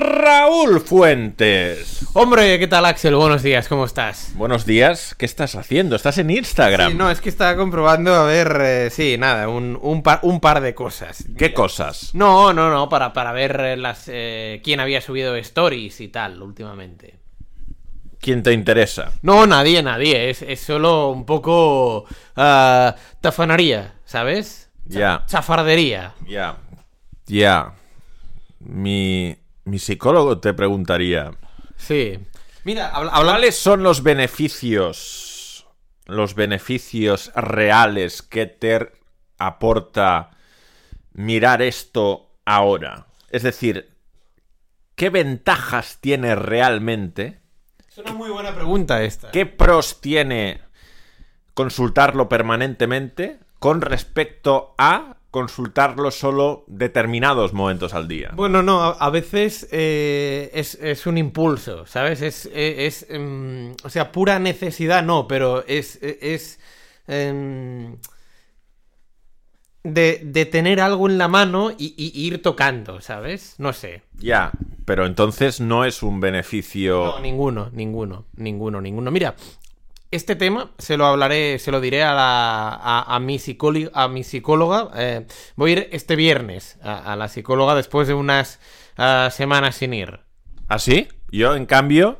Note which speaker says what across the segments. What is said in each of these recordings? Speaker 1: Raúl Fuentes.
Speaker 2: Hombre, ¿qué tal Axel? Buenos días, ¿cómo estás?
Speaker 1: Buenos días, ¿qué estás haciendo? Estás en Instagram.
Speaker 2: Sí, no, es que estaba comprobando, a ver, eh, sí, nada, un, un par, un par de cosas.
Speaker 1: ¿Qué cosas?
Speaker 2: No, no, no, para, para ver eh, las, eh, quién había subido stories y tal últimamente.
Speaker 1: ¿Quién te interesa?
Speaker 2: No, nadie, nadie, es, es solo un poco ah, tafanería, ¿sabes? Cha-
Speaker 1: Ya.
Speaker 2: Chafardería.
Speaker 1: Ya. Ya. Mi, mi psicólogo te preguntaría,
Speaker 2: Sí. Mira, habla,
Speaker 1: ¿cuáles son los beneficios, los beneficios reales que te aporta mirar esto ahora? Es decir, ¿qué ventajas tiene realmente?
Speaker 2: Es una muy buena pregunta esta.
Speaker 1: ¿Qué pros tiene consultarlo permanentemente con respecto a consultarlo solo determinados momentos al día?
Speaker 2: Bueno, no, a, a veces eh, es, es un impulso, ¿sabes? Es, eh, es, em, o sea, pura necesidad no, pero es, eh, es em, de, de tener algo en la mano y, y- y ir tocando, ¿sabes? No sé.
Speaker 1: Ya, pero entonces no es un beneficio.
Speaker 2: No, ninguno, ninguno, ninguno, ninguno. Mira, este tema se lo hablaré, se lo diré a, la, a, a mi, psicóli- a mi psicóloga. eh, voy a ir este viernes a, a la psicóloga después de unas ah, semanas sin ir.
Speaker 1: ¿Así? ¿Ah, Yo, en cambio,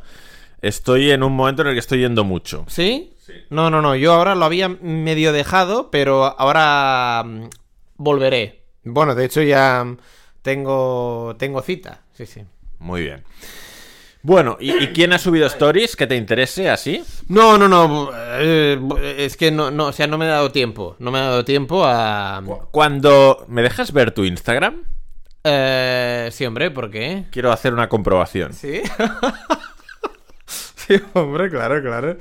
Speaker 1: estoy en un momento en el que estoy yendo mucho.
Speaker 2: ¿Sí? No, no, no. Yo ahora lo había medio dejado, pero ahora mm, volveré. Bueno, de hecho ya mm, tengo, tengo cita. Sí, sí.
Speaker 1: Muy bien. Bueno, ¿y, y quién ha subido stories que te interese así?
Speaker 2: No, no, no. eh, es que no, no, o sea, no me he dado tiempo. No me ha dado tiempo a...
Speaker 1: Cuando me dejas ver tu Instagram,
Speaker 2: Eh, sí, hombre, ¿por qué?
Speaker 1: quiero hacer una comprobación.
Speaker 2: Sí. sí, hombre, claro, claro.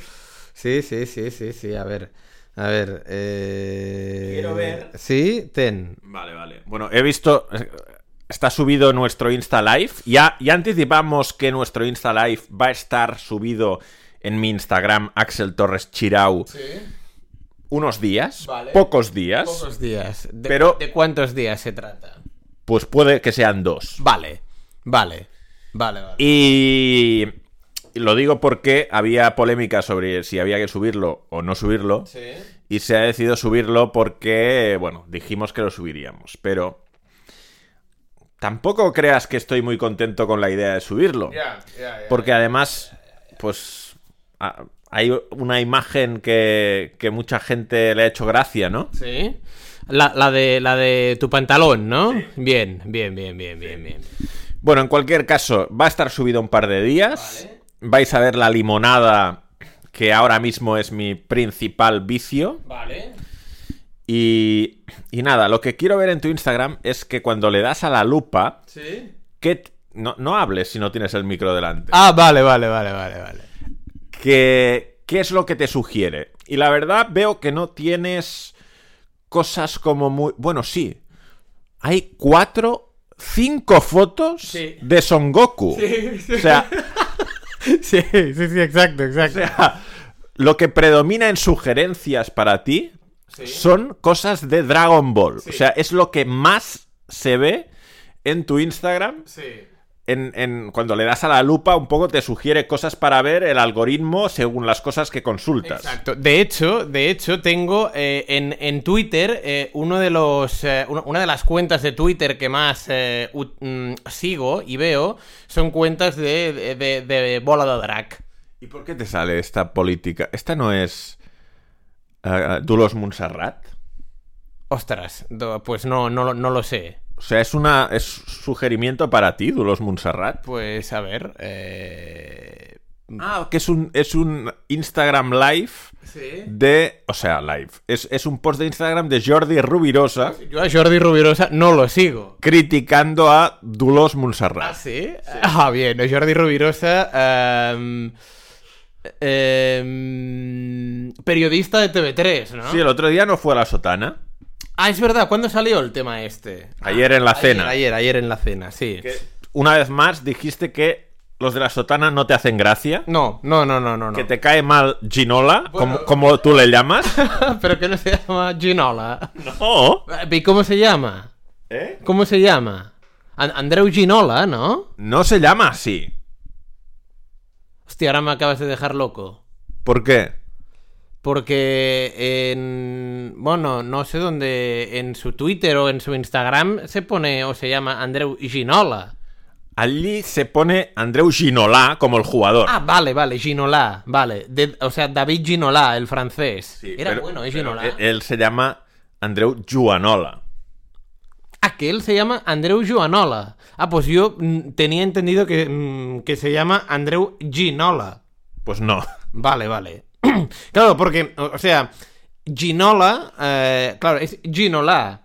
Speaker 2: Sí, sí, sí, sí, sí. A ver. A ver. eh,
Speaker 1: Quiero ver.
Speaker 2: Sí, ten.
Speaker 1: Vale, vale. Bueno, he visto. eh, Está subido nuestro Insta Live. Ya, ya anticipamos que nuestro Insta Live va a estar subido en mi Instagram, Axel Torres Chirau,
Speaker 2: Sí.
Speaker 1: unos días,
Speaker 2: Vale.
Speaker 1: pocos días.
Speaker 2: Pocos días. De,
Speaker 1: Pero-
Speaker 2: ¿De cuántos días se trata?
Speaker 1: Pues puede que sean dos.
Speaker 2: Vale, vale, vale, vale.
Speaker 1: Y lo digo porque había polémica sobre si había que subirlo o no subirlo.
Speaker 2: Sí.
Speaker 1: Y se ha decidido subirlo porque, bueno, dijimos que lo subiríamos. Pero tampoco creas que estoy muy contento con la idea de subirlo. Porque además, pues a- hay una imagen que, que mucha gente le ha hecho gracia, ¿no?
Speaker 2: Sí. La, la de, la de tu pantalón, ¿no? Bien, bien, bien, bien, bien, bien.
Speaker 1: Bueno, en cualquier caso, va a estar subido un par de días. Vais a ver la limonada que ahora mismo es mi principal vicio.
Speaker 2: Vale.
Speaker 1: Y, y nada, lo que quiero ver en tu Instagram es que cuando le das a la lupa,
Speaker 2: Sí.
Speaker 1: que t- no, no hables si no tienes el micro delante.
Speaker 2: Ah, vale, vale, vale, vale, vale.
Speaker 1: Que, ¿Qué es lo que te sugiere? Y la verdad veo que no tienes cosas como muy... Bueno, sí. Hay cuatro, cinco fotos
Speaker 2: Sí.
Speaker 1: de Son Goku. O sea,
Speaker 2: Sí, sí, sí, exacto, exacto.
Speaker 1: sea, lo que predomina en sugerencias para ti
Speaker 2: Sí.
Speaker 1: son cosas de Dragon Ball. O sea, es lo que más se ve en tu Instagram.
Speaker 2: Sí.
Speaker 1: En, en- cuando le das a la lupa, un poco te sugiere cosas para ver el algoritmo según las cosas que consultas.
Speaker 2: Exacto. De hecho, de hecho, tengo eh, en, en Twitter eh, uno de los eh, uno- una de las cuentas de Twitter que más eh, ut- mm, sigo y veo son cuentas de, de, de- de bola de drag.
Speaker 1: ¿Y por qué te sale esta política? ¿Esta no es eh, Dulos Montserrat?
Speaker 2: Ostras, do- pues no, no, lo- no lo sé.
Speaker 1: O sea, es una es sugerimiento para ti, Dulos Montserrat.
Speaker 2: Pues a ver. eh,
Speaker 1: Ah, que es un, es un Instagram Live de. O sea, live. Es, es un post de Instagram de Jordi Rubirosa
Speaker 2: Yo a Jordi Rubirosa no lo sigo.
Speaker 1: criticando a Dulos
Speaker 2: ¿Ah,
Speaker 1: Montserrat.
Speaker 2: sí? Ah, bien, Jordi Rubirosa. em, em, periodista de TV3, ¿no?
Speaker 1: Sí, el otro día no fue a la sotana.
Speaker 2: Ah, es verdad, ¿cuándo salió el tema este?
Speaker 1: Ayer en la
Speaker 2: Ayer,
Speaker 1: cena.
Speaker 2: Ayer, ayer en la cena, sí.
Speaker 1: Que una vez más dijiste que los de la sotana no te hacen gracia.
Speaker 2: No, no, no, no, no. no.
Speaker 1: Que te cae mal Ginola, como, como tú le llamas.
Speaker 2: Pero que no se llama Ginola.
Speaker 1: no.
Speaker 2: ¿Y cómo se llama?
Speaker 1: ¿Eh?
Speaker 2: ¿Cómo se llama? An- Andreu Ginola, ¿no?
Speaker 1: No se llama así.
Speaker 2: Hostia, ahora me acabas de dejar loco.
Speaker 1: ¿Por qué?
Speaker 2: Porque en. Bueno, no sé dónde. En su Twitter o en su Instagram se pone o se llama Andreu
Speaker 1: Ah.
Speaker 2: Ginola.
Speaker 1: Allí se pone Andreu Ginola como el jugador.
Speaker 2: Ah, vale, vale, Ginola. Vale. De- o sea, David Ginola, el francés.
Speaker 1: Sí,
Speaker 2: Era
Speaker 1: pero-
Speaker 2: bueno, ¿eh,
Speaker 1: pero e-,
Speaker 2: Ginola?
Speaker 1: él, él se llama Andreu Juanola.
Speaker 2: Aquel se llama Andreu Joanola. Ah, pues yo mm, tenía entendido que, mm, que se llama Andreu Ginola.
Speaker 1: Pues no.
Speaker 2: Vale, vale. claro, porque, o o sea, Ginola, eh, claro, es Ginola.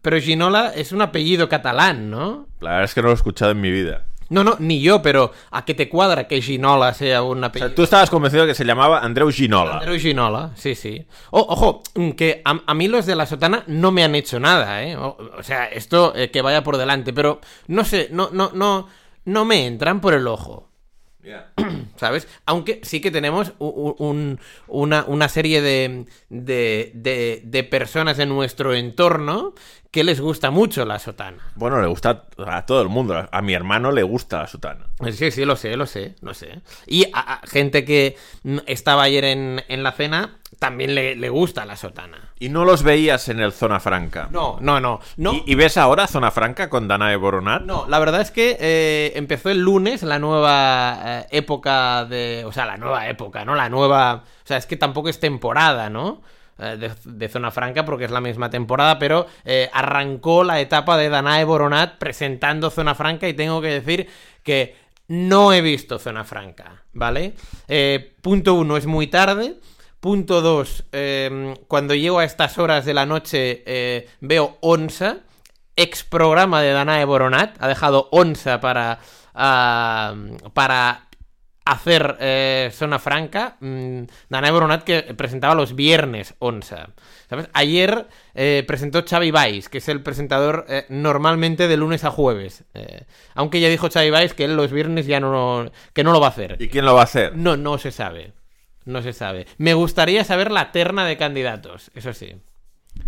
Speaker 2: Pero Ginola es un apellido catalán, ¿no?
Speaker 1: La verdad es que no lo he escuchado en mi vida.
Speaker 2: No, no, ni yo, pero ¿a qué te cuadra que Ginola sea un
Speaker 1: O
Speaker 2: apellido?
Speaker 1: sea, tú estabas convencido que se llamaba Andreu Ginola.
Speaker 2: Andreu Ginola, sí, sí. O- ojo, mm, que a, a mí los de la sotana no me han hecho nada, ¿eh? O, o sea, esto eh, que vaya por delante, pero no sé, no, no, no, no me entran por el ojo.
Speaker 1: Ya.
Speaker 2: ¿Sabes? Aunque sí que tenemos u- u- un- una, una serie de, de, de- de personas en nuestro entorno que les gusta mucho la sotana.
Speaker 1: Bueno, le gusta a todo el mundo. A mi hermano le gusta la sotana.
Speaker 2: Sí, sí, lo sé, lo sé, lo sé. Y a, a gente que mm, estaba ayer en, en la cena también le, le gusta la sotana.
Speaker 1: Y no los veías en el Zona Franca.
Speaker 2: No, no, no. no
Speaker 1: ¿Y, y ves ahora Zona Franca con Danae Boronat?
Speaker 2: No, la verdad es que eh, empezó el lunes la nueva eh, época de... O sea, la nueva época, ¿no? La nueva... O sea, es que tampoco es temporada, ¿no? Eh, De, de Zona Franca porque es la misma temporada, pero eh, arrancó la etapa de Danae Boronat presentando Zona Franca y tengo que decir que no he visto Zona Franca, ¿vale? Eh, punto uno, es muy tarde. Punto dos, eh, cuando llego a estas horas de la noche eh, veo Onza ex programa de Danae Boronat, ha dejado Onza para, ah, para hacer eh, Zona Franca. Mm, Danae Boronat que presentaba los viernes Onza. ¿Sabes? Ayer eh, presentó Xavi Valls, que es el presentador eh, normalmente de lunes a jueves. Eh, aunque ya dijo Xavi Valls que él los viernes ya no, que no lo va a hacer.
Speaker 1: ¿Y quién lo va a hacer?
Speaker 2: No, no se sabe. No se sabe. Me gustaría saber la terna de candidatos, eso sí.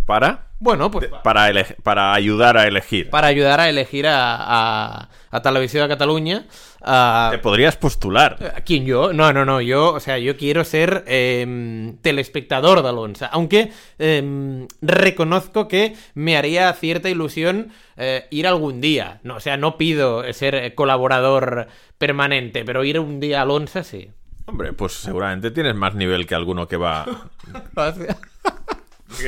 Speaker 1: ¿Para?
Speaker 2: Bueno, pues...
Speaker 1: Para, ele- para ayudar a elegir.
Speaker 2: para ayudar a elegir a, a, a Televisió de Cataluña. A,
Speaker 1: Te podrías postular.
Speaker 2: ¿A quién yo? No, no, no, yo, o sea, yo quiero ser em, telespectador de Alonso, aunque em, reconozco que me haría cierta ilusión eh, ir algún día, no, o sea, no pido ser eh, colaborador permanente, pero ir un día a Alonso sí.
Speaker 1: Hombre, pues seguramente tienes más nivel que alguno que va.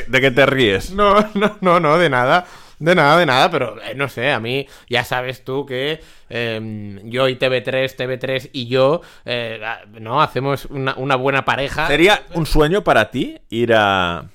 Speaker 1: ¿De qué te ríes?
Speaker 2: No, no, no, no, de nada. De nada, de nada, pero eh, no sé, a mí ya sabes tú que eh, yo y TV3, TV3 y yo, eh, ah, ¿no? Hacemos una, una buena pareja.
Speaker 1: ¿Sería un sueño para ti ir a.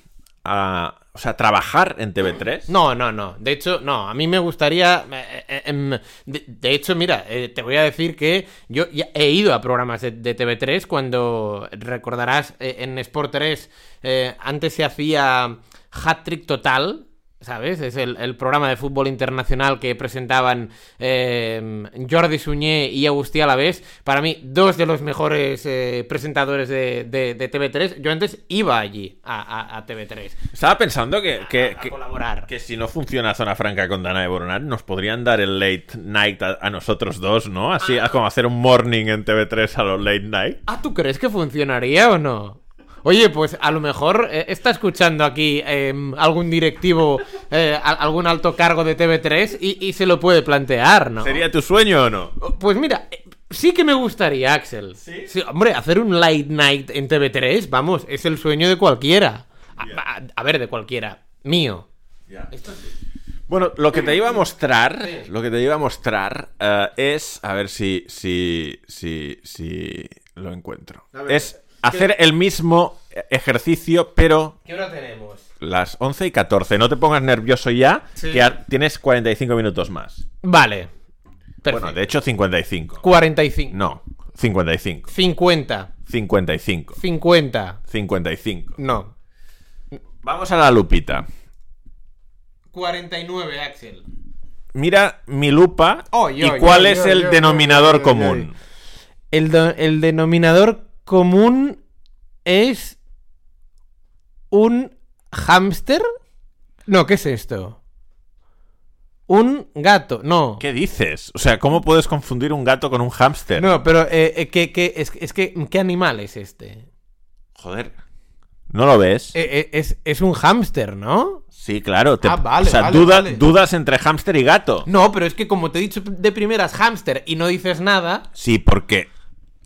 Speaker 1: a- o sea, trabajar en TV3?
Speaker 2: No, no, no. De hecho, no. A mí me gustaría. eh, eh, em, de, de hecho, mira, eh, te voy a decir que yo ya he ido a programas de, de TV3 cuando recordarás eh, en Sport 3 eh, antes se hacía Hat Trick Total. ¿Sabes? Es el, el programa de fútbol internacional que presentaban eh, Jordi Suñé y Agustí Alavés. Para mí, dos de los mejores eh, presentadores de, de- de TV3. Yo antes iba allí, a, a- a TV3,
Speaker 1: Estaba pensando que, que-
Speaker 2: a
Speaker 1: que-
Speaker 2: colaborar.
Speaker 1: que si no funciona Zona Franca con Dana de Boronat, nos podrían dar el late night a, a nosotros dos, ¿no? Así a- como hacer un morning en TV3 a los late night.
Speaker 2: Ah, ¿tú crees que funcionaría o no? Oye, pues a lo mejor eh, está escuchando aquí eh, algún directivo, eh, a- algún alto cargo de TV3 y, y se lo puede plantear, ¿no?
Speaker 1: ¿Sería tu sueño o no?
Speaker 2: Oh, Pues mira, eh, sí que me gustaría, Axel.
Speaker 1: ¿Sí?
Speaker 2: hombre, hacer un light night en TV3, vamos, es el sueño de cualquiera. A, a- a ver, de cualquiera. Mío.
Speaker 1: Bueno, lo que te iba a mostrar, lo que te iba a mostrar eh, es, a ver si, si, si, si lo encuentro. Es hacer el mismo ejercicio, pero
Speaker 2: ¿Qué hora tenemos?
Speaker 1: las 11 y 14. No te pongas nervioso ya,
Speaker 2: Sí.
Speaker 1: que ar- tienes 45 minutos más.
Speaker 2: Vale. Perfecto.
Speaker 1: Bueno, de hecho 55.
Speaker 2: 45.
Speaker 1: No, 55.
Speaker 2: 50.
Speaker 1: 55.
Speaker 2: 50.
Speaker 1: 55.
Speaker 2: No.
Speaker 1: Vamos a la lupita.
Speaker 2: 49, Axel.
Speaker 1: Mira mi lupa
Speaker 2: Oy,
Speaker 1: y
Speaker 2: oy,
Speaker 1: cuál
Speaker 2: oy,
Speaker 1: es
Speaker 2: oy,
Speaker 1: el
Speaker 2: oy,
Speaker 1: denominador
Speaker 2: oy, oy,
Speaker 1: común.
Speaker 2: oy. El, do- el denominador común es un hámster. No, ¿qué es esto? Un gato. No.
Speaker 1: ¿Qué dices? O sea, ¿cómo puedes confundir un gato con un hámster?
Speaker 2: No, pero eh, eh, que, que- es, es que, ¿qué animal es este?
Speaker 1: Joder. ¿No lo ves?
Speaker 2: Eh, eh, es, es un hámster, ¿no?
Speaker 1: Sí, claro. te-
Speaker 2: Ah, vale,
Speaker 1: o sea,
Speaker 2: vale,
Speaker 1: duda-
Speaker 2: vale.
Speaker 1: dudas entre hámster y gato.
Speaker 2: No, pero es que como te he dicho de primeras hámster y no dices nada,
Speaker 1: Sí, porque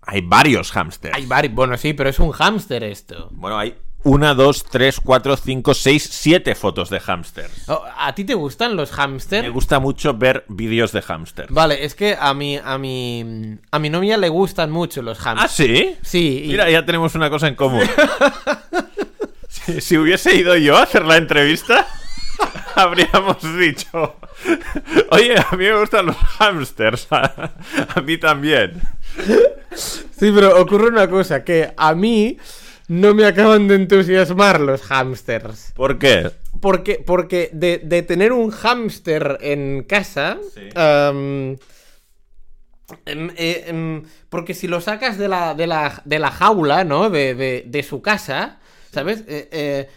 Speaker 1: hay varios hámsters.
Speaker 2: hay varios. Bueno, sí, pero es un hámster esto.
Speaker 1: Bueno, hay una, dos, tres, cuatro, cinco, seis, siete fotos de hámsters.
Speaker 2: Oh, ¿A ti te gustan los
Speaker 1: Me
Speaker 2: hámster?
Speaker 1: gusta mucho ver vídeos de hámsters.
Speaker 2: Vale, es que a mi, a mi, a mi novia le gustan mucho los
Speaker 1: ¿Ah,
Speaker 2: hámsters.
Speaker 1: sí?
Speaker 2: Sí, y-
Speaker 1: Mira, ya tenemos una cosa en común. si, si hubiese ido yo a hacer la entrevista, habríamos dicho: Oye, a mí me gustan los hámsters. A, a mí también.
Speaker 2: Sí, pero ocurre una cosa, que a mí no me acaban de entusiasmar los hámsters.
Speaker 1: ¿Por qué?
Speaker 2: Porque, porque de, de tener un hámster en casa...
Speaker 1: Sí.
Speaker 2: em, em, eh, em, porque si lo sacas de la, de la, de la jaula, ¿no? De, de- de su casa, ¿sabes? Eh, eh,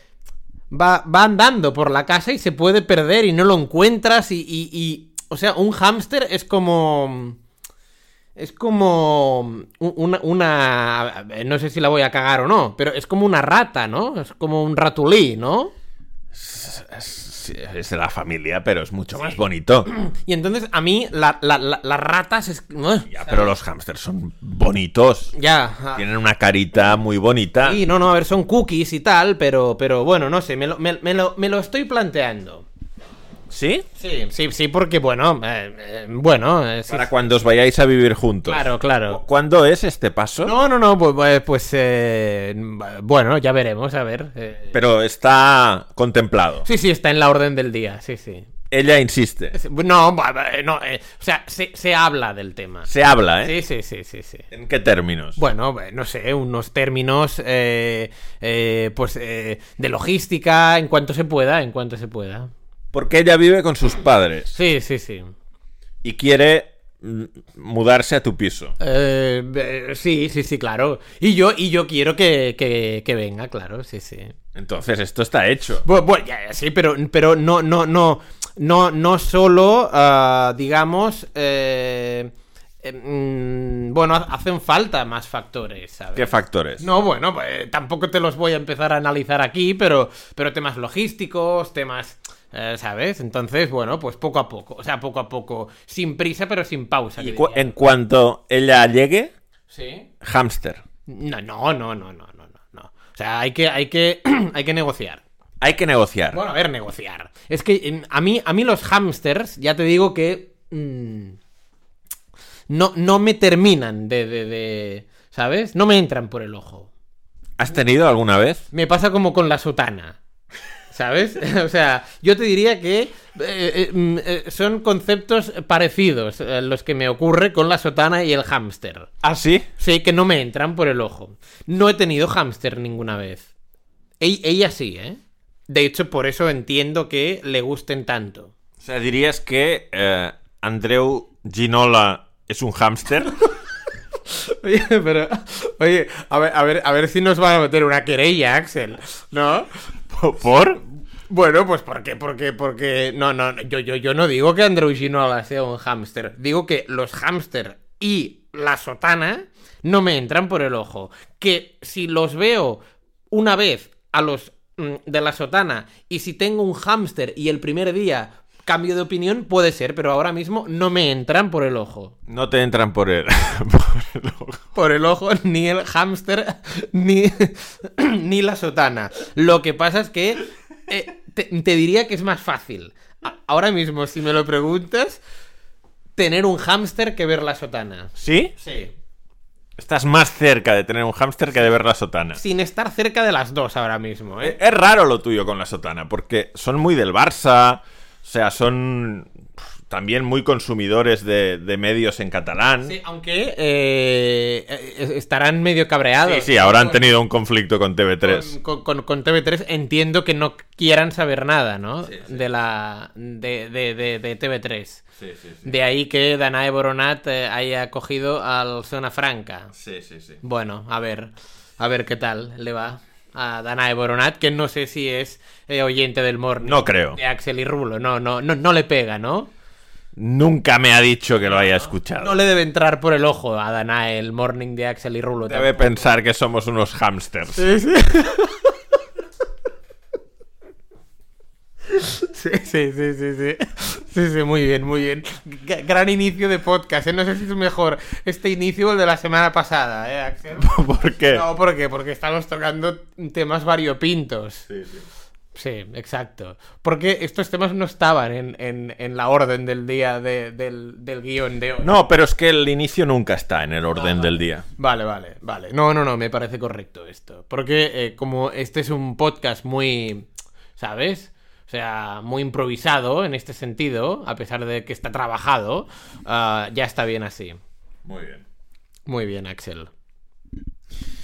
Speaker 2: va, va andando por la casa y se puede perder y no lo encuentras y... y- y- o sea, un hámster es como... Es como un- una, una... No sé si la voy a cagar o no, pero es como una rata, ¿no? Es como un ratulí, ¿no?
Speaker 1: Sí, es de la familia, pero es mucho más bonito.
Speaker 2: Y entonces a mí la- la- la- las ratas es... ¡Ugh!
Speaker 1: Ya, pero los hámsters son bonitos.
Speaker 2: Ya. ah,
Speaker 1: Tienen una carita muy bonita.
Speaker 2: Sí, no, no, a ver, son cookies y tal, pero, pero bueno, no sé, me lo, me, me lo, me lo estoy planteando.
Speaker 1: ¿Sí?
Speaker 2: Sí, sí, sí, porque bueno, eh, eh, bueno, eh, sí,
Speaker 1: Para cuando os vayáis a vivir juntos.
Speaker 2: claro, claro.
Speaker 1: ¿Cuándo es este paso?
Speaker 2: No, no, no, pues, pues, pues, eh, bueno, ya veremos, a ver. eh.
Speaker 1: Pero está contemplado.
Speaker 2: Sí, sí, está en la orden del día, sí, sí.
Speaker 1: Ella insiste.
Speaker 2: Es- No, ba- ba- eh, no, eh, o sea, se, se habla del tema.
Speaker 1: Se habla, ¿eh?
Speaker 2: Sí, sí, sí, sí, sí.
Speaker 1: ¿En qué términos?
Speaker 2: Bueno, eh, no sé, unos términos eh, eh, pues eh, de logística, en cuanto se pueda, en cuanto se pueda.
Speaker 1: Porque ella vive con sus padres
Speaker 2: Sí, sí, sí.
Speaker 1: y quiere mm, mudarse a tu piso.
Speaker 2: Eh, eh, sí, sí, sí, claro. Y yo, y yo quiero que, que- que venga, claro, sí, sí.
Speaker 1: Entonces esto está hecho.
Speaker 2: Bu- Bueno, ya, ya, sí, pero, pero no, no, no, no, no solo, ah, digamos, eh, eh, mm, bueno, ha- hacen falta más factores, ¿sabes?
Speaker 1: ¿Qué factores?
Speaker 2: No, bueno, pues, eh, tampoco te los voy a empezar a analizar aquí, pero, pero temas logísticos, temas, eh, ¿sabes? Entonces, bueno, pues poco a poco, o sea, poco a poco, sin prisa, pero sin pausa.
Speaker 1: Y
Speaker 2: que
Speaker 1: cu-
Speaker 2: diría.
Speaker 1: en cuanto ella llegue,
Speaker 2: Sí.
Speaker 1: hámster.
Speaker 2: No, no, no, no, no, no, no, no. O sea, hay que, hay que, hay que negociar.
Speaker 1: Hay que negociar.
Speaker 2: Bueno, a ver, negociar. Es que em, a mí, a mí los hamsters, ya te digo que mm, no, no me terminan de, de, de- ¿sabes? No me entran por el ojo.
Speaker 1: ¿Has tenido alguna vez?
Speaker 2: Me pasa como con la sotana. ¿Sabes? O sea, yo te diría que eh, eh, mm, eh, son conceptos parecidos eh, los que me ocurre con la sotana y el hámster.
Speaker 1: ¿Ah, sí?
Speaker 2: Sí, que no me entran por el ojo. No he tenido hámster ninguna vez. E- ella sí, ¿eh? De hecho, por eso entiendo que le gusten tanto.
Speaker 1: O sea, dirías que eh, Andreu Ginola es un hámster.
Speaker 2: Oye, pero. Oye, a ver, a ver, a ver si nos van a meter una querella, Axel, ¿no?
Speaker 1: ¿Por?
Speaker 2: Bueno, pues porque, porque, porque. No, no, no, yo, yo, yo no digo que Andrew Ginola sea un hámster. Digo que los hámster y la sotana no me entran por el ojo. Que si los veo una vez a los mm, de la sotana y si tengo un hámster y el primer día cambio de opinión, puede ser, pero ahora mismo no me entran por el ojo.
Speaker 1: No te entran por el, por el ojo.
Speaker 2: Por el ojo, ni el hámster, ni, ni la sotana. Lo que pasa es que eh, te, te diría que es más fácil. A- Ahora mismo, si me lo preguntas, tener un hámster que ver la sotana.
Speaker 1: ¿Sí?
Speaker 2: Sí.
Speaker 1: Estás más cerca de tener un hámster que de ver la sotana.
Speaker 2: Sin estar cerca de las dos ahora mismo,
Speaker 1: Eh,
Speaker 2: ¿eh?
Speaker 1: Es raro lo tuyo con la sotana, porque son muy del Barça, o sea, son pf, también muy consumidores de, de medios en catalán.
Speaker 2: Sí, aunque eh, eh, estarán medio cabreados.
Speaker 1: Ah, sí, sí, ahora han tenido un conflicto con TV3.
Speaker 2: Con, con- con TV3 entiendo que no quieran saber nada, ¿no? De la. de, de- de- de TV3.
Speaker 1: Sí, sí, sí.
Speaker 2: De ahí que Danae Boronat eh, haya cogido al Zona Franca.
Speaker 1: Sí, sí, sí.
Speaker 2: Bueno, a ver, a ver qué tal le va a Danae Boronat, que no sé si es eh, oyente del morning
Speaker 1: No creo.
Speaker 2: de Axel y Rulo. No, no, no, no le pega, ¿no?
Speaker 1: Nunca me ha dicho que lo haya escuchado.
Speaker 2: No le debe entrar por el ojo a Danae el morning de Axel y Rulo.
Speaker 1: Debe
Speaker 2: tampoco.
Speaker 1: pensar que somos unos hamsters.
Speaker 2: Sí, sí, sí, sí, sí. Sí, sí, muy bien, muy bien. G- gran inicio de podcast, ¿eh? No sé si es mejor este inicio o el de la semana pasada, ¿eh, Axel?
Speaker 1: ¿Por qué?
Speaker 2: No, ¿por qué? Porque estamos tocando temas variopintos.
Speaker 1: Sí, sí.
Speaker 2: Sí, exacto. Porque estos temas no estaban en, en- en la orden del día de- del, del guión de hoy.
Speaker 1: No, pero es que el inicio nunca está en el orden del día.
Speaker 2: Vale, vale, vale. No, no, no, me parece correcto esto. Porque eh, como este es un podcast muy, ¿sabes? O sea, muy improvisado en este sentido, a pesar de que está trabajado, ah, ya está bien así.
Speaker 1: Muy bien.
Speaker 2: Muy bien, Axel.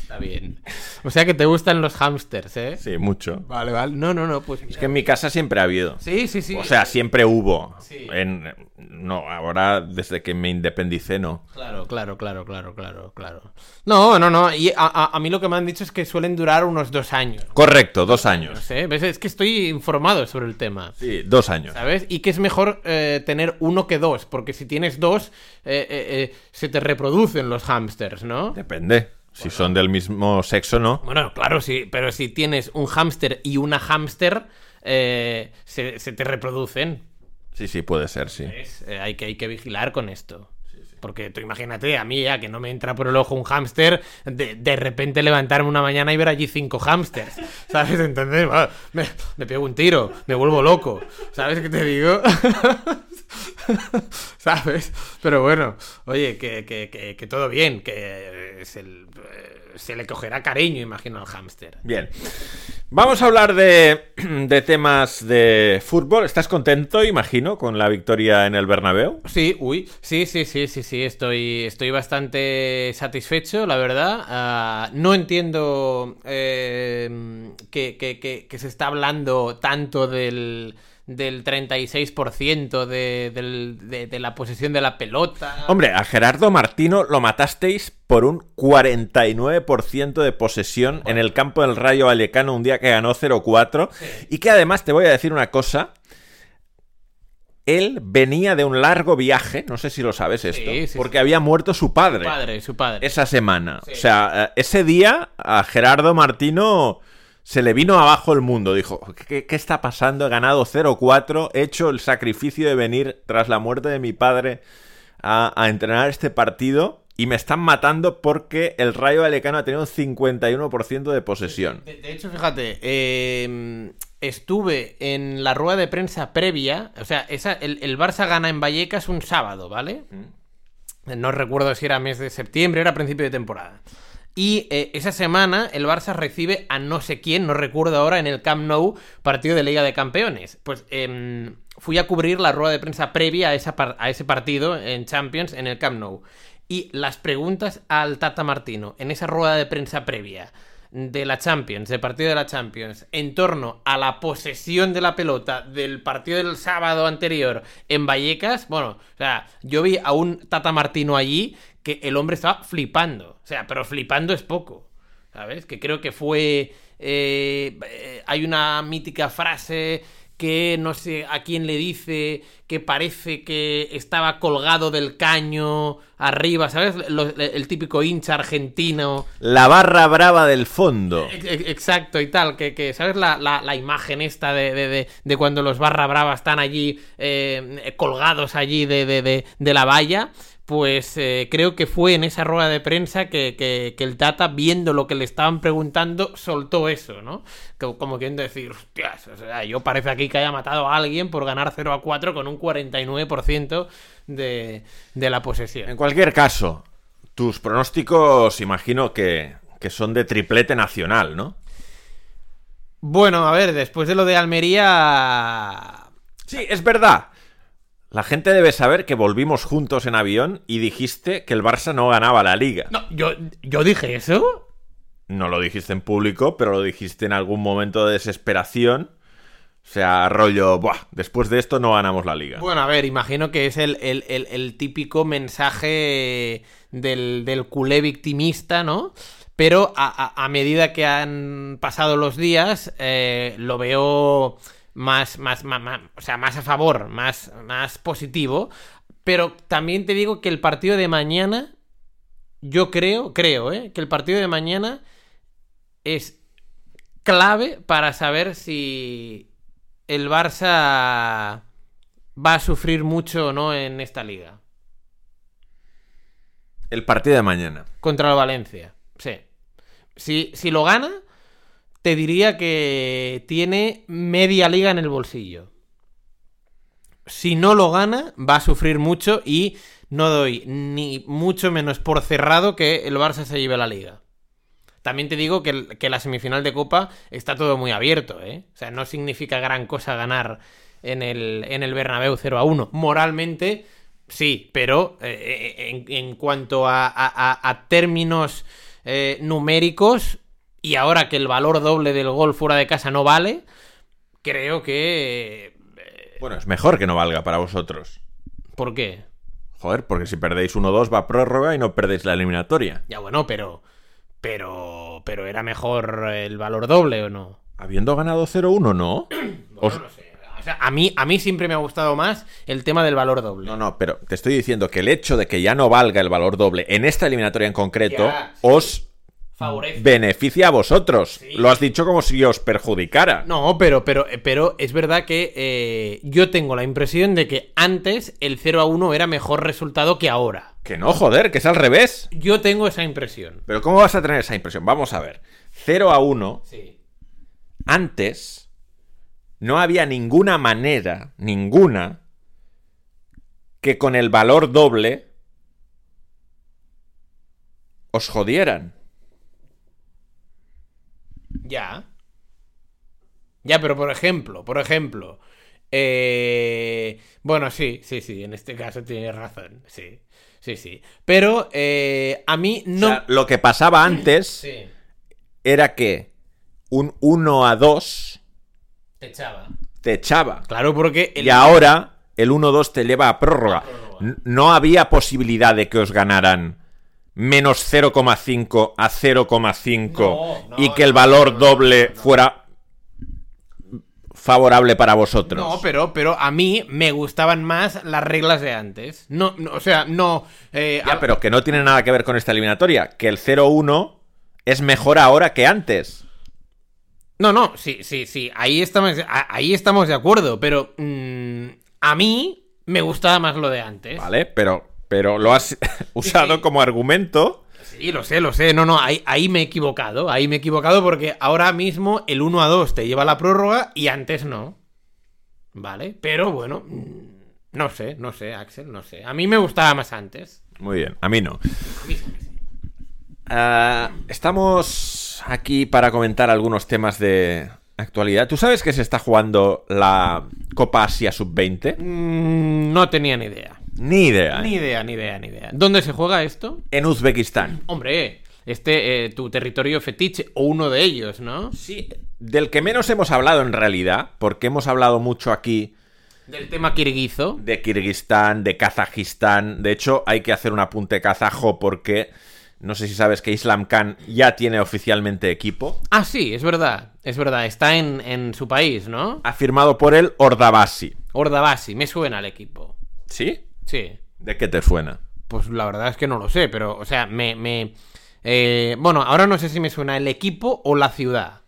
Speaker 2: Está bien. O sea que te gustan los hamsters, ¿eh?
Speaker 1: Sí, mucho.
Speaker 2: Vale, vale. No, no, no, pues...
Speaker 1: Es que en mi casa siempre ha habido.
Speaker 2: Sí, sí, sí.
Speaker 1: O sea, siempre hubo.
Speaker 2: Sí.
Speaker 1: En- No, ahora desde que me independicé no.
Speaker 2: Claro, claro, claro, claro, claro, claro. No, no, no. Y a, a- a mí lo que me han dicho es que suelen durar unos dos años.
Speaker 1: Correcto, dos
Speaker 2: No
Speaker 1: años.
Speaker 2: sé, ¿ves? Es que estoy informado sobre el tema.
Speaker 1: Sí, dos años.
Speaker 2: ¿Sabes? Y que es mejor eh, tener uno que dos, porque si tienes dos, eh, eh, eh, se te reproducen los hámsters, ¿no?
Speaker 1: Depende. Si son del mismo sexo, no.
Speaker 2: Bueno, claro, sí, pero si tienes un hámster y una hámster, eh, se, se te reproducen.
Speaker 1: Sí, sí, puede ser, sí.
Speaker 2: ¿ves? Eh, hay, que, hay que vigilar con esto. Porque tú imagínate, a mí ya que no me entra por el ojo un hámster, de, de repente levantarme una mañana y ver allí cinco hámsters, ¿sabes? Entonces, va, me, me pego un tiro, me vuelvo loco, ¿sabes qué te digo? ¿Sabes? Pero bueno, oye, que, que- que- que todo bien, que eh, se, l- eh, se le cogerá cariño, imagino, al hámster.
Speaker 1: Bien. Vamos a hablar de, de temas de fútbol. ¿Estás contento, imagino, con la victoria en el Bernabéu?
Speaker 2: Sí, uy, sí, sí, sí, sí, sí, estoy, estoy bastante satisfecho, la verdad. Ah, no entiendo eh, que, que- que- que se está hablando tanto del, del 36% de, del- de- de la posesión de la pelota.
Speaker 1: Hombre, a Gerardo Martino lo matasteis por un 49% de posesión en el campo del Rayo Vallecano un día que ganó 0-4. Y que además te voy a decir una cosa. Él venía de un largo viaje, no sé si lo sabes esto,
Speaker 2: sí, sí.
Speaker 1: porque había muerto su padre,
Speaker 2: Su padre, su padre.
Speaker 1: esa semana.
Speaker 2: Sí.
Speaker 1: O sea, eh, ese día a Gerardo Martino se le vino abajo el mundo. Dijo, ¿qué, qué está pasando? He ganado 0-4, he hecho el sacrificio de venir tras la muerte de mi padre a, a entrenar este partido y me están matando porque el Rayo Vallecano ha tenido un 51% de posesión.
Speaker 2: De, de hecho, fíjate, eh, estuve en la rueda de prensa previa, o sea, esa, el, el Barça gana en Vallecas un sábado, ¿vale? No recuerdo si era mes de septiembre, era principio de temporada. Y eh, esa semana el Barça recibe a no sé quién, no recuerdo ahora, en el Camp Nou, partido de Liga de Campeones. Pues em, fui a cubrir la rueda de prensa previa a, esa par- a ese partido en Champions en el Camp Nou. Y las preguntas al Tata Martino en esa rueda de prensa previa de la Champions, del partido de la Champions, en torno a la posesión de la pelota del partido del sábado anterior en Vallecas, bueno, o sea, yo vi a un Tata Martino allí que el hombre estaba flipando, o sea, pero flipando es poco, ¿sabes? Que creo que fue... eh, eh, hay una mítica frase que no sé a quién le dice que parece que estaba colgado del caño arriba, ¿sabes? Lo- el típico hincha argentino.
Speaker 1: La barra brava del fondo.
Speaker 2: Ex- ex- Exacto, y tal, que, que, ¿sabes la, la- la imagen esta de, de- de- de cuando los barra brava están allí eh, eh, colgados allí de, de- de- de la valla? Pues eh, creo que fue en esa rueda de prensa que, que- que el Tata, viendo lo que le estaban preguntando, soltó eso, ¿no? Co- Como quien decir, hostias, o sea, yo parece aquí que haya matado a alguien por ganar 0 a 4 con un 49% de, de la
Speaker 1: En
Speaker 2: posesión.
Speaker 1: cualquier caso, tus pronósticos imagino que, que son de triplete nacional, ¿no?
Speaker 2: Bueno, a ver, después de lo de Almería...
Speaker 1: Sí, es verdad. La gente debe saber que volvimos juntos en avión y dijiste que el Barça no ganaba la liga.
Speaker 2: No, yo, yo dije eso.
Speaker 1: No lo dijiste en público, pero lo dijiste en algún momento de desesperación. O sea, rollo, Buah, después de esto no ganamos la liga.
Speaker 2: Bueno, a ver, imagino que es el, el- el- el típico mensaje del, del culé victimista, ¿no? Pero a, a- a medida que han pasado los días, eh, lo veo más, más, más, más- o sea, más a favor, más, más positivo. Pero también te digo que el partido de mañana, yo creo, creo, ¿eh? que el partido de mañana es clave para saber si el Barça va a sufrir mucho o no en esta liga.
Speaker 1: El partido de mañana.
Speaker 2: Contra el Valencia, sí. Si, si lo gana, te diría que tiene media liga en el bolsillo. Si no lo gana, va a sufrir mucho y no doy ni mucho menos por cerrado que el Barça se lleve la liga. También te digo que, el- que la semifinal de Copa está todo muy abierto, ¿eh? O sea, no significa gran cosa ganar en el, en el Bernabéu 0 a 1. Moralmente, sí, pero eh, eh, en, en cuanto a, a- a- a términos eh, numéricos, y ahora que el valor doble del gol fuera de casa no vale, creo que... eh,
Speaker 1: Bueno, es mejor que no valga para vosotros.
Speaker 2: ¿Por qué?
Speaker 1: Joder, porque si perdéis 1-2 va a prórroga y no perdéis la eliminatoria.
Speaker 2: Ya bueno, pero... Pero... Pero era mejor el valor doble o no?
Speaker 1: Habiendo ganado 0-1, ¿no? Os-
Speaker 2: Bueno, no sé. O sea, a mí, a mí siempre me ha gustado más el tema del valor doble.
Speaker 1: No, no, pero te estoy diciendo que el hecho de que ya no valga el valor doble en esta eliminatoria en concreto
Speaker 2: Ya, sí.
Speaker 1: os
Speaker 2: Favorece.
Speaker 1: beneficia a vosotros.
Speaker 2: Sí.
Speaker 1: Lo has dicho como si os perjudicara.
Speaker 2: No, pero, pero, pero es verdad que eh, yo tengo la impresión de que antes el 0 a 1 era mejor resultado que ahora.
Speaker 1: Que no, joder, que es al revés.
Speaker 2: Yo tengo esa impresión.
Speaker 1: Pero ¿cómo vas a tener esa impresión? Vamos a ver. 0 a 1,
Speaker 2: Sí.
Speaker 1: antes no había ninguna manera, ninguna, que con el valor doble os jodieran.
Speaker 2: Ya. Ya, pero por ejemplo, por ejemplo. eh, Bueno, sí, sí, sí, en este caso tienes razón. Sí, sí, sí. Pero eh, a mí no.
Speaker 1: O sea, lo que pasaba antes
Speaker 2: sí,
Speaker 1: era que un 1 a 2
Speaker 2: te echaba.
Speaker 1: te echaba.
Speaker 2: Claro, porque el-
Speaker 1: Y ahora el 1-2 te lleva a prórroga.
Speaker 2: A prórroga.
Speaker 1: N- No había posibilidad de que os ganaran menos 0,5 a 0,5
Speaker 2: No,
Speaker 1: y
Speaker 2: no,
Speaker 1: que el
Speaker 2: no,
Speaker 1: valor
Speaker 2: no, no,
Speaker 1: doble
Speaker 2: no, no.
Speaker 1: fuera favorable para vosotros.
Speaker 2: No, pero, pero a mí me gustaban más las reglas de antes. No, no, o sea, no. eh,
Speaker 1: Ya,
Speaker 2: a-
Speaker 1: pero que no tiene nada que ver con esta eliminatoria. Que el 0-1 es mejor ahora que antes.
Speaker 2: No, no, sí, sí, sí. Ahí estamos, a- ahí estamos de acuerdo. Pero mm, a mí me gustaba más lo de antes.
Speaker 1: ¿Vale? Pero, pero lo has usado
Speaker 2: sí.
Speaker 1: como argumento.
Speaker 2: Sí, lo sé, lo sé. No, no, ahí, ahí me he equivocado. Ahí me he equivocado porque ahora mismo el 1 a 2 te lleva a la prórroga y antes no. Vale, pero bueno. mm, No sé, no sé, Axel, no sé. A mí me gustaba más antes.
Speaker 1: Muy bien, a mí no.
Speaker 2: A mí sí que sí.
Speaker 1: Ah, estamos aquí para comentar algunos temas de actualidad. ¿Tú sabes que se está jugando la Copa Asia Sub-20?
Speaker 2: Mm, no tenía ni idea.
Speaker 1: Ni idea.
Speaker 2: Ni
Speaker 1: ¿eh?
Speaker 2: idea, ni idea, ni idea. Ah. ¿Dónde se juega esto?
Speaker 1: En Uzbekistán.
Speaker 2: Hombre, este, eh, tu territorio fetiche, o uno de ellos, ¿no?
Speaker 1: Sí, del que menos hemos hablado en realidad, porque hemos hablado mucho aquí
Speaker 2: Del tema kirguizo.
Speaker 1: de Kirguistán, de Kazajistán. De hecho, hay que hacer un apunte kazajo porque no sé si sabes que Islam Khan ya tiene oficialmente equipo.
Speaker 2: Ah, sí, es verdad, es verdad, está en, en su país, ¿no?
Speaker 1: Ha firmado por el Ordabasi.
Speaker 2: Ordabasi, me suena el equipo.
Speaker 1: ¿Sí?
Speaker 2: Sí,
Speaker 1: ¿De qué te suena?
Speaker 2: pues la verdad es que no lo sé, pero, o sea, me... me eh, bueno, ahora no sé si me suena el equipo o la ciudad.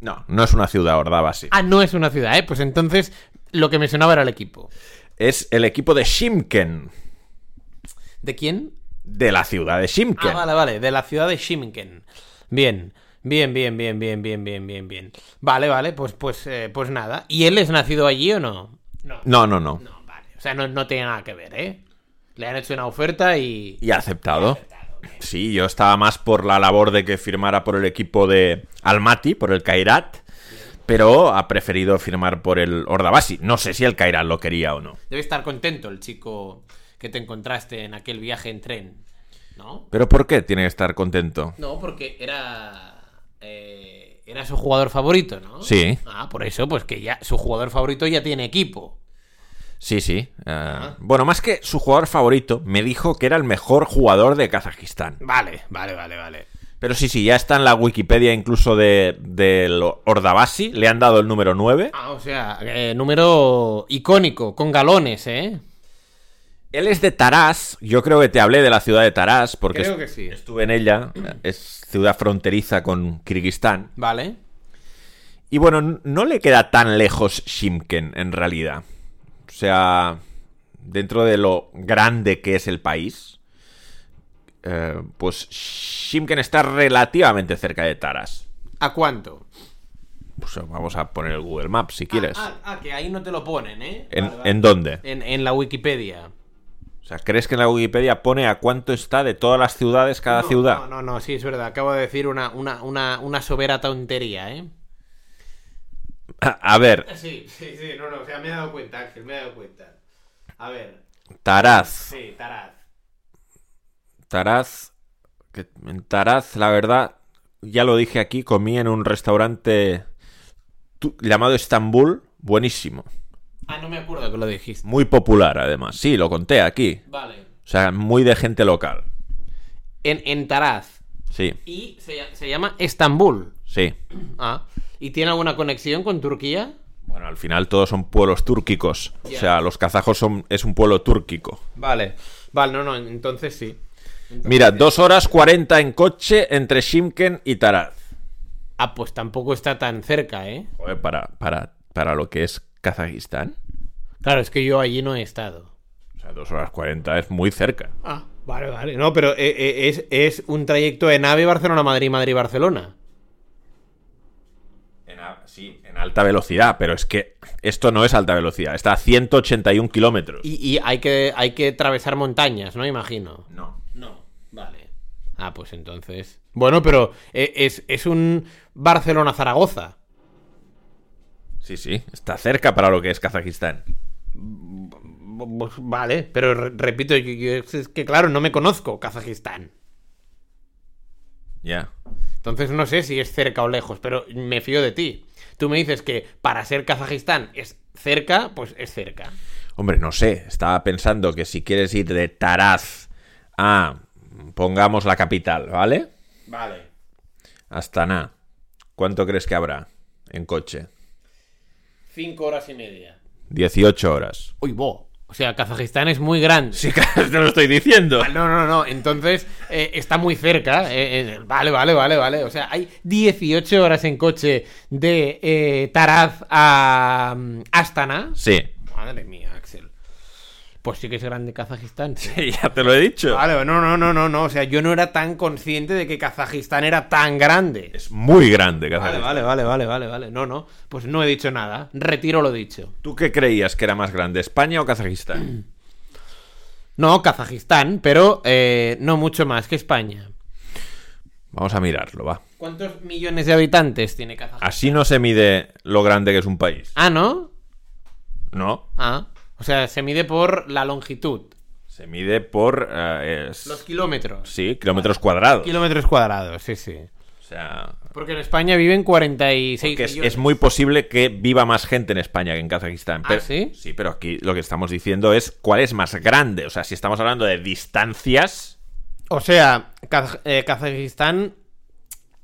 Speaker 1: No, no es una ciudad, Ordabasi.
Speaker 2: Ah, no es una ciudad, ¿eh? Pues entonces lo que me sonaba era el equipo.
Speaker 1: es el equipo de Shimken,
Speaker 2: ¿De quién?
Speaker 1: de la ciudad de Shimken.
Speaker 2: Ah, vale, vale, de la ciudad de Shimken. Bien, bien, bien, bien, bien, bien, bien, bien, bien. Vale, vale, pues, pues, eh, pues nada. ¿Y él es nacido allí o no? No.
Speaker 1: No, no, no.
Speaker 2: No, vale. O sea, no, no tiene nada que ver, ¿eh? Le han hecho una oferta y...
Speaker 1: Y ha aceptado. Sí, yo estaba más por la labor de que firmara por el equipo de Almaty, por el Kairat, pero ha preferido firmar por el Ordabasi. No sé si el Kairat lo quería o no.
Speaker 2: Debe estar contento el chico que te encontraste en aquel viaje en tren, ¿no?
Speaker 1: ¿Pero por qué tiene que estar contento?
Speaker 2: No, porque era... eh, era su jugador favorito, ¿no?
Speaker 1: Sí.
Speaker 2: Ah, por eso, pues que ya su jugador favorito ya tiene equipo.
Speaker 1: Sí, sí. eh,
Speaker 2: Ah.
Speaker 1: bueno, más que su jugador favorito, me dijo que era el mejor jugador de Kazajistán.
Speaker 2: Vale, vale, vale, vale.
Speaker 1: Pero sí, sí, ya está en la Wikipedia incluso de, del Ordabasi. Le han dado el número 9.
Speaker 2: Ah, o sea, eh, número icónico, con galones, ¿eh?
Speaker 1: Él es de Tarás. Yo creo que te hablé de la ciudad de Tarás porque
Speaker 2: Creo
Speaker 1: est-
Speaker 2: que sí. Mm.
Speaker 1: estuve en ella. Es ciudad fronteriza con Kirguistán.
Speaker 2: Vale.
Speaker 1: Y bueno, n- no le queda tan lejos Shimken en realidad. O sea, dentro de lo grande que es el país, eh, pues Shimken está relativamente cerca de Taras.
Speaker 2: ¿A cuánto?
Speaker 1: Pues vamos a poner el Google Maps si quieres.
Speaker 2: Ah, ah, ah, que ahí no te lo ponen, ¿eh?
Speaker 1: ¿En,
Speaker 2: Vale, vale.
Speaker 1: en dónde?
Speaker 2: En- en la Wikipedia.
Speaker 1: O sea, ¿crees que en la Wikipedia pone a cuánto está de todas las ciudades cada
Speaker 2: no,
Speaker 1: ciudad?
Speaker 2: No, no, no, sí, es verdad. Acabo de decir una, una, una, una sobera tontería, ¿eh?
Speaker 1: A ver,
Speaker 2: Sí, sí, sí, no, no, o sea, me he dado cuenta, Ángel, me he dado cuenta. A ver,
Speaker 1: Taraz.
Speaker 2: sí, Taraz.
Speaker 1: Taraz, que en Taraz, la verdad, ya lo dije aquí, comí en un restaurante tu- llamado Estambul, buenísimo,
Speaker 2: Ah, no me acuerdo que lo dijiste.
Speaker 1: muy popular además, sí, lo conté aquí,
Speaker 2: Vale.
Speaker 1: o sea, muy de gente local,
Speaker 2: En, en Taraz.
Speaker 1: sí,
Speaker 2: Y se, ll- se llama Estambul.
Speaker 1: sí.
Speaker 2: Ah. ¿Y tiene alguna conexión con Turquía?
Speaker 1: Bueno, al final todos son pueblos túrquicos, o
Speaker 2: Ya.
Speaker 1: sea, los kazajos son, es un pueblo túrquico.
Speaker 2: Vale. Vale, no, no, entonces sí.
Speaker 1: Mira, dos horas 40 en coche entre Shimken y Taraz.
Speaker 2: Ah, pues tampoco está tan cerca, ¿eh?
Speaker 1: Joder, para, para, para lo que es Kazajistán,
Speaker 2: Claro, es que yo allí no he estado.
Speaker 1: o sea, dos horas 40 es muy cerca.
Speaker 2: Ah, vale, vale. No, pero eh, eh, es, es un trayecto de nave Barcelona-Madrid, Madrid-Barcelona.
Speaker 1: En a- sí, en alta velocidad, pero es que esto no es alta velocidad, está a 181 kilómetros.
Speaker 2: Y, y hay, que, hay que atravesar montañas, ¿no? Imagino.
Speaker 1: No.
Speaker 2: No, vale. Ah, pues entonces. Bueno, pero eh, es, es un Barcelona-Zaragoza.
Speaker 1: Sí, sí, está cerca para lo que es Kazajistán.
Speaker 2: Bu- bu- Vale, pero re- repito, yo- yo- es que claro, no me conozco Kazajistán.
Speaker 1: Ya.
Speaker 2: Entonces no sé si es cerca o lejos, pero me fío de ti. Tú me dices que para ser Kazajistán es cerca, pues es cerca.
Speaker 1: Hombre, no sé, estaba pensando que si quieres ir de Taraz a, pongamos la capital, ¿vale?
Speaker 2: Vale.
Speaker 1: Hasta Na. ¿Cuánto crees que habrá en coche?
Speaker 2: Cinco horas y media.
Speaker 1: 18 horas.
Speaker 2: Uy, bo. O sea, Kazajistán es muy grande.
Speaker 1: Sí, claro, te lo estoy diciendo.
Speaker 2: Ah, No, no, no, entonces eh, está muy cerca. eh, eh, vale, vale, vale, vale. O sea, hay 18 horas en coche de eh, Taraz a mm, Astana.
Speaker 1: Sí.
Speaker 2: Madre mía, Axel. Pues sí que es grande Kazajistán. sí.
Speaker 1: ya te lo he dicho.
Speaker 2: Vale, no, no, no, no, no. O sea, yo no era tan consciente de que Kazajistán era tan grande.
Speaker 1: Es muy grande
Speaker 2: Vale,
Speaker 1: Kazajistán.
Speaker 2: vale, vale, vale, vale, vale. No, no. Pues no he dicho nada. Retiro lo dicho.
Speaker 1: ¿Tú qué creías que era más grande, España o Kazajistán?
Speaker 2: No, Kazajistán, pero eh, no mucho más que España.
Speaker 1: Vamos a mirarlo, va.
Speaker 2: ¿Cuántos millones de habitantes tiene Kazajistán?
Speaker 1: Así no se mide lo grande que es un país.
Speaker 2: Ah, ¿no?
Speaker 1: No,
Speaker 2: Ah, o sea, se mide por la longitud,
Speaker 1: se mide por... eh, es-
Speaker 2: los kilómetros.
Speaker 1: Sí, kilómetros cuadrados.
Speaker 2: Kilómetros cuadrados, sí, sí.
Speaker 1: O sea,
Speaker 2: Porque en España viven 46
Speaker 1: porque es,
Speaker 2: millones.
Speaker 1: es muy posible que viva más gente en España que en Kazajistán.
Speaker 2: Ah,
Speaker 1: Pero,
Speaker 2: ¿sí?
Speaker 1: pero aquí lo que estamos diciendo es cuál es más grande. O sea, si estamos hablando de distancias...
Speaker 2: O sea, Kaz- eh, Kazajistán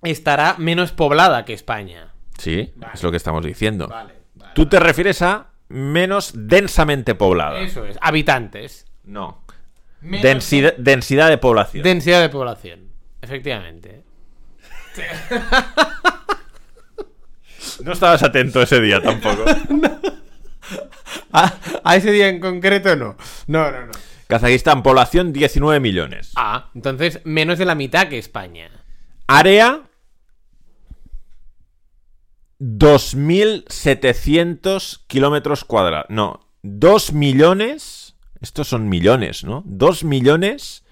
Speaker 2: estará menos poblada que España.
Speaker 1: Sí, es lo que estamos diciendo.
Speaker 2: Vale, vale.
Speaker 1: Tú te refieres a menos densamente poblada.
Speaker 2: Eso es, habitantes.
Speaker 1: No.
Speaker 2: Menos-
Speaker 1: Densidad, densidad de población.
Speaker 2: Densidad de población, efectivamente.
Speaker 1: No estabas atento ese día tampoco.
Speaker 2: Ah, A, ese día en concreto no. No, no, no.
Speaker 1: Kazajistán, población 19 millones.
Speaker 2: Ah, entonces menos de la mitad que España.
Speaker 1: Área 2.700 kilómetros cuadrados. No, 2 millones. Estos son millones, ¿no? 2 millones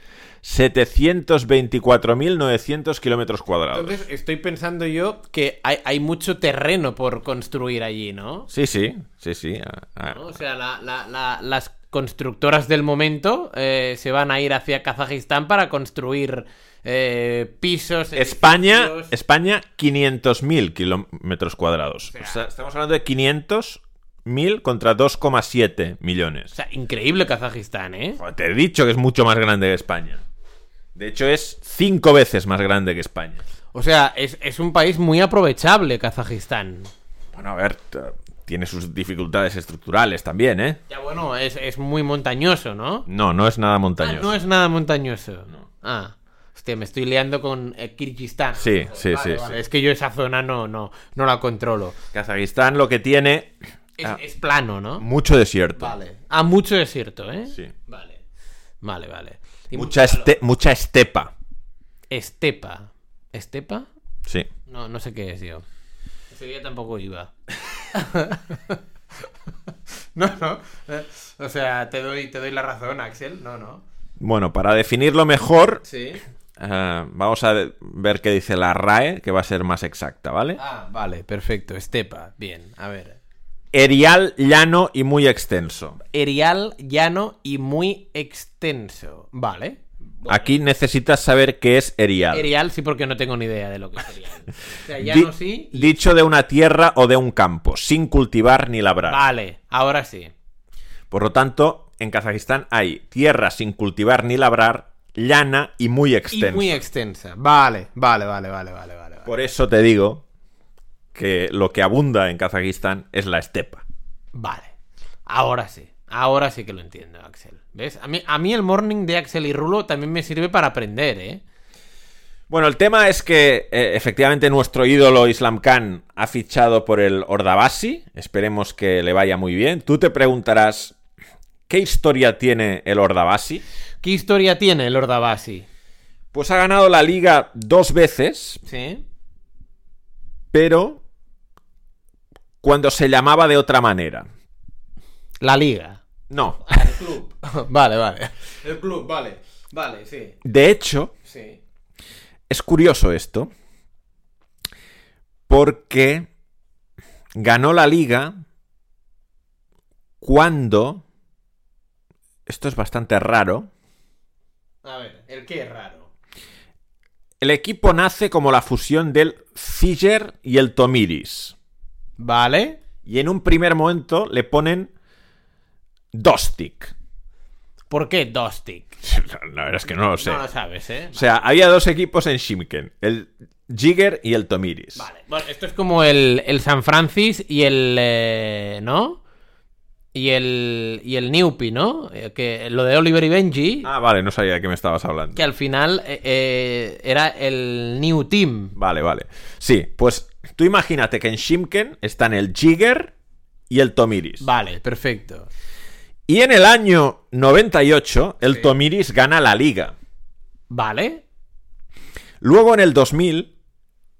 Speaker 1: 724.900 kilómetros cuadrados.
Speaker 2: Entonces estoy pensando yo que hay, hay mucho terreno por construir allí, ¿no?
Speaker 1: Sí, sí, sí, sí. a- a-
Speaker 2: ¿no? O sea, la- la- la- las constructoras del momento eh, se van a ir hacia Kazajistán para construir eh, pisos.
Speaker 1: España,
Speaker 2: edificios.
Speaker 1: España 500.000 kilómetros cuadrados. O sea, estamos hablando de 500.000 contra 2,7 millones.
Speaker 2: O sea, increíble Kazajistán, ¿eh?
Speaker 1: Joder, Te he dicho que es mucho más grande que España. De hecho, es cinco veces más grande que España.
Speaker 2: O sea, es, es un país muy aprovechable, Kazajistán.
Speaker 1: Bueno, a ver, t- tiene sus dificultades estructurales también, ¿eh?
Speaker 2: Ya bueno, es, es muy montañoso, ¿no?
Speaker 1: No, no es nada
Speaker 2: Ah,
Speaker 1: montañoso.
Speaker 2: no es nada montañoso. Ah, hostia, me estoy liando con eh, Kirguistán.
Speaker 1: Sí, sí,
Speaker 2: Vale,
Speaker 1: sí,
Speaker 2: vale,
Speaker 1: sí.
Speaker 2: Es que yo esa zona no, no, no la controlo.
Speaker 1: Kazajistán lo que tiene,
Speaker 2: Es,
Speaker 1: Ah.
Speaker 2: es plano, ¿no?
Speaker 1: mucho desierto.
Speaker 2: Vale. Ah, mucho desierto, ¿eh?
Speaker 1: Sí.
Speaker 2: Vale. Vale, vale. Y
Speaker 1: Mucha,
Speaker 2: mucho
Speaker 1: este- mucha estepa.
Speaker 2: calor. estepa. ¿Estepa?
Speaker 1: Sí.
Speaker 2: No, no sé qué es, yo. Ese día tampoco iba. no, no. Eh, O sea, te doy, te doy la razón, Axel. No, no.
Speaker 1: Bueno, para definirlo mejor,
Speaker 2: Sí.
Speaker 1: eh, vamos a ver qué dice la RAE, que va a ser más exacta, ¿vale?
Speaker 2: Ah, vale, perfecto. Estepa. Bien, a ver.
Speaker 1: Erial, llano y muy extenso.
Speaker 2: Erial, llano y muy extenso. Vale.
Speaker 1: Aquí necesitas saber qué es erial.
Speaker 2: Erial sí porque no tengo ni idea de lo que es erial. O sea,
Speaker 1: Di-
Speaker 2: llano sí. y-
Speaker 1: Dicho de una tierra o de un campo, sin cultivar ni labrar.
Speaker 2: Vale, ahora sí.
Speaker 1: Por lo tanto, en Kazajistán hay tierra sin cultivar ni labrar, llana y muy extensa.
Speaker 2: Y muy extensa. Vale, vale, vale, vale, vale, vale. vale.
Speaker 1: Por eso te digo que lo que abunda en Kazajistán es la estepa.
Speaker 2: Vale. Ahora sí. Ahora sí que lo entiendo, Axel. ¿Ves? A mí, a mí el morning de Axel y Rulo también me sirve para aprender, ¿eh?
Speaker 1: Bueno, el tema es que eh, efectivamente nuestro ídolo Islam Khan ha fichado por el Ordabasi. Esperemos que le vaya muy bien. Tú te preguntarás, ¿qué historia tiene el Ordabasi?
Speaker 2: ¿Qué historia tiene el Ordabasi?
Speaker 1: Pues ha ganado la liga dos veces,
Speaker 2: ¿Sí?
Speaker 1: pero cuando se llamaba de otra manera.
Speaker 2: La liga.
Speaker 1: No.
Speaker 2: El club. vale, vale. El club, vale. Vale, sí.
Speaker 1: De hecho,
Speaker 2: Sí.
Speaker 1: es curioso esto, porque ganó la liga cuando... Esto es bastante raro.
Speaker 2: A ver, el que es raro.
Speaker 1: El equipo nace como la fusión del Ziger y el Tomiris.
Speaker 2: Vale.
Speaker 1: Y en un primer momento le ponen Dostik.
Speaker 2: ¿Por qué Dostik?
Speaker 1: La verdad es que no lo sé.
Speaker 2: No lo sabes, ¿eh?
Speaker 1: O sea, había dos equipos en Shimken, el Jigger y el Tomiris.
Speaker 2: Vale. Bueno, esto es como el, el San Francis y el. eh, ¿No? Y el. Y el Newpi, ¿no? Eh, Que lo de Oliver y Benji.
Speaker 1: Ah, vale, no sabía de qué me estabas hablando.
Speaker 2: Que al final eh, eh, era el New Team.
Speaker 1: Vale, vale. Sí, pues tú imagínate que en Shimken están el Jigger y el Tomiris.
Speaker 2: Vale, perfecto.
Speaker 1: Y en el año 98 el Tomiris gana la liga.
Speaker 2: Vale.
Speaker 1: Luego en el 2000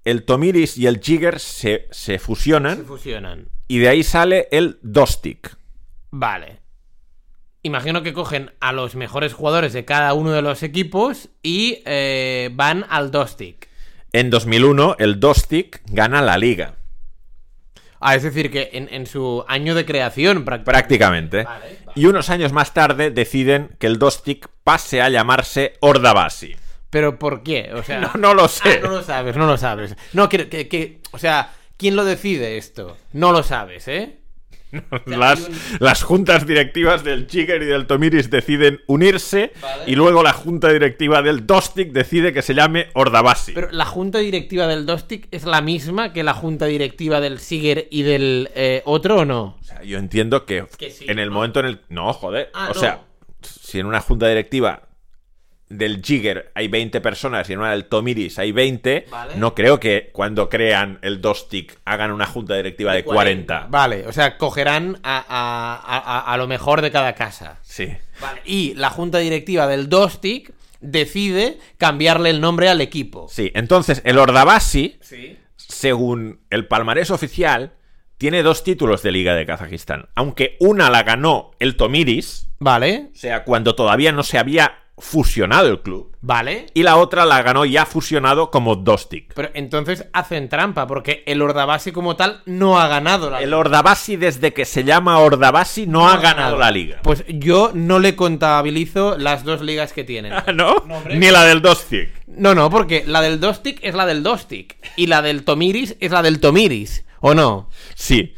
Speaker 1: el Tomiris y el Jigger se, se
Speaker 2: Se
Speaker 1: fusionan
Speaker 2: fusionan.
Speaker 1: y de ahí sale el Dostik.
Speaker 2: Vale. Imagino que cogen a los mejores jugadores de cada uno de los equipos y eh, van al Dostik.
Speaker 1: En 2001 el Dostik gana la liga.
Speaker 2: Ah, es decir, que en, en su año de creación prácticamente.
Speaker 1: Prácticamente.
Speaker 2: Vale, vale.
Speaker 1: Y unos años más tarde deciden que el Dostik pase a llamarse Ordabasi.
Speaker 2: Pero ¿por qué? O sea,
Speaker 1: No, no lo
Speaker 2: Ah,
Speaker 1: sé.
Speaker 2: no lo sabes, no lo sabes. No, que, que, que- o sea, ¿quién lo decide esto? No lo sabes, ¿eh?
Speaker 1: las, las juntas directivas del Chigger y del Tomiris deciden unirse
Speaker 2: Vale.
Speaker 1: y luego la junta directiva del Dostik decide que se llame Ordabasi.
Speaker 2: Pero la junta directiva del Dostik es la misma que la junta directiva del Siger y del eh, otro, ¿o no?
Speaker 1: O sea, yo entiendo que,
Speaker 2: que sí,
Speaker 1: en el
Speaker 2: ¿no?
Speaker 1: momento en el... No, joder.
Speaker 2: Ah,
Speaker 1: o
Speaker 2: no.
Speaker 1: sea, si en una junta directiva del Jigger hay 20 personas y en una del Tomiris hay 20,
Speaker 2: Vale.
Speaker 1: no creo que cuando crean el Dostik hagan una junta directiva de 40.
Speaker 2: Vale, o sea, cogerán a, a- a- a- a lo mejor de cada casa.
Speaker 1: Sí.
Speaker 2: Vale. Y la junta directiva del Dostik decide cambiarle el nombre al equipo.
Speaker 1: Sí, entonces el Ordabasi,
Speaker 2: Sí.
Speaker 1: según el palmarés oficial, tiene dos títulos de Liga de Kazajistán. Aunque una la ganó el Tomiris,
Speaker 2: Vale,
Speaker 1: o sea, cuando todavía no se había fusionado el club,
Speaker 2: vale.
Speaker 1: y la otra la ganó ya fusionado como Dostik.
Speaker 2: Pero entonces hacen trampa, porque el Ordabasi como tal no ha ganado la
Speaker 1: El Ordabasi, desde que se llama Ordabasi, no, ha ganado la Liga.
Speaker 2: Pues yo no le contabilizo las dos ligas que tienen.
Speaker 1: ¿No? Ni la del Dostik.
Speaker 2: No, no, porque la del Dostik es la del Dostik. Y la del Tomiris es la del Tomiris. ¿O no?
Speaker 1: Sí.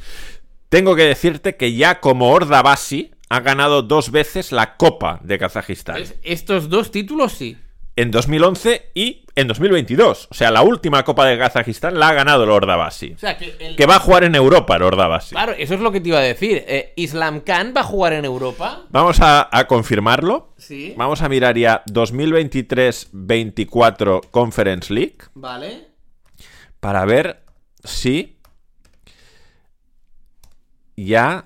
Speaker 1: Tengo que decirte que ya como Ordabasi ha ganado dos veces la Copa de Kazajistán.
Speaker 2: ¿Ves? Estos dos títulos sí.
Speaker 1: en 2011 y en 2022. O sea, la última Copa de Kazajistán la ha ganado el Ordabasi.
Speaker 2: O sea, que el-
Speaker 1: Que va a jugar en Europa el Ordabasi.
Speaker 2: Claro, eso es lo que te iba a decir. Eh, ¿Islam Khan va a jugar en Europa?
Speaker 1: Vamos a, a confirmarlo.
Speaker 2: Sí.
Speaker 1: Vamos a mirar ya 2023-24 Conference League
Speaker 2: Vale.
Speaker 1: para ver si ya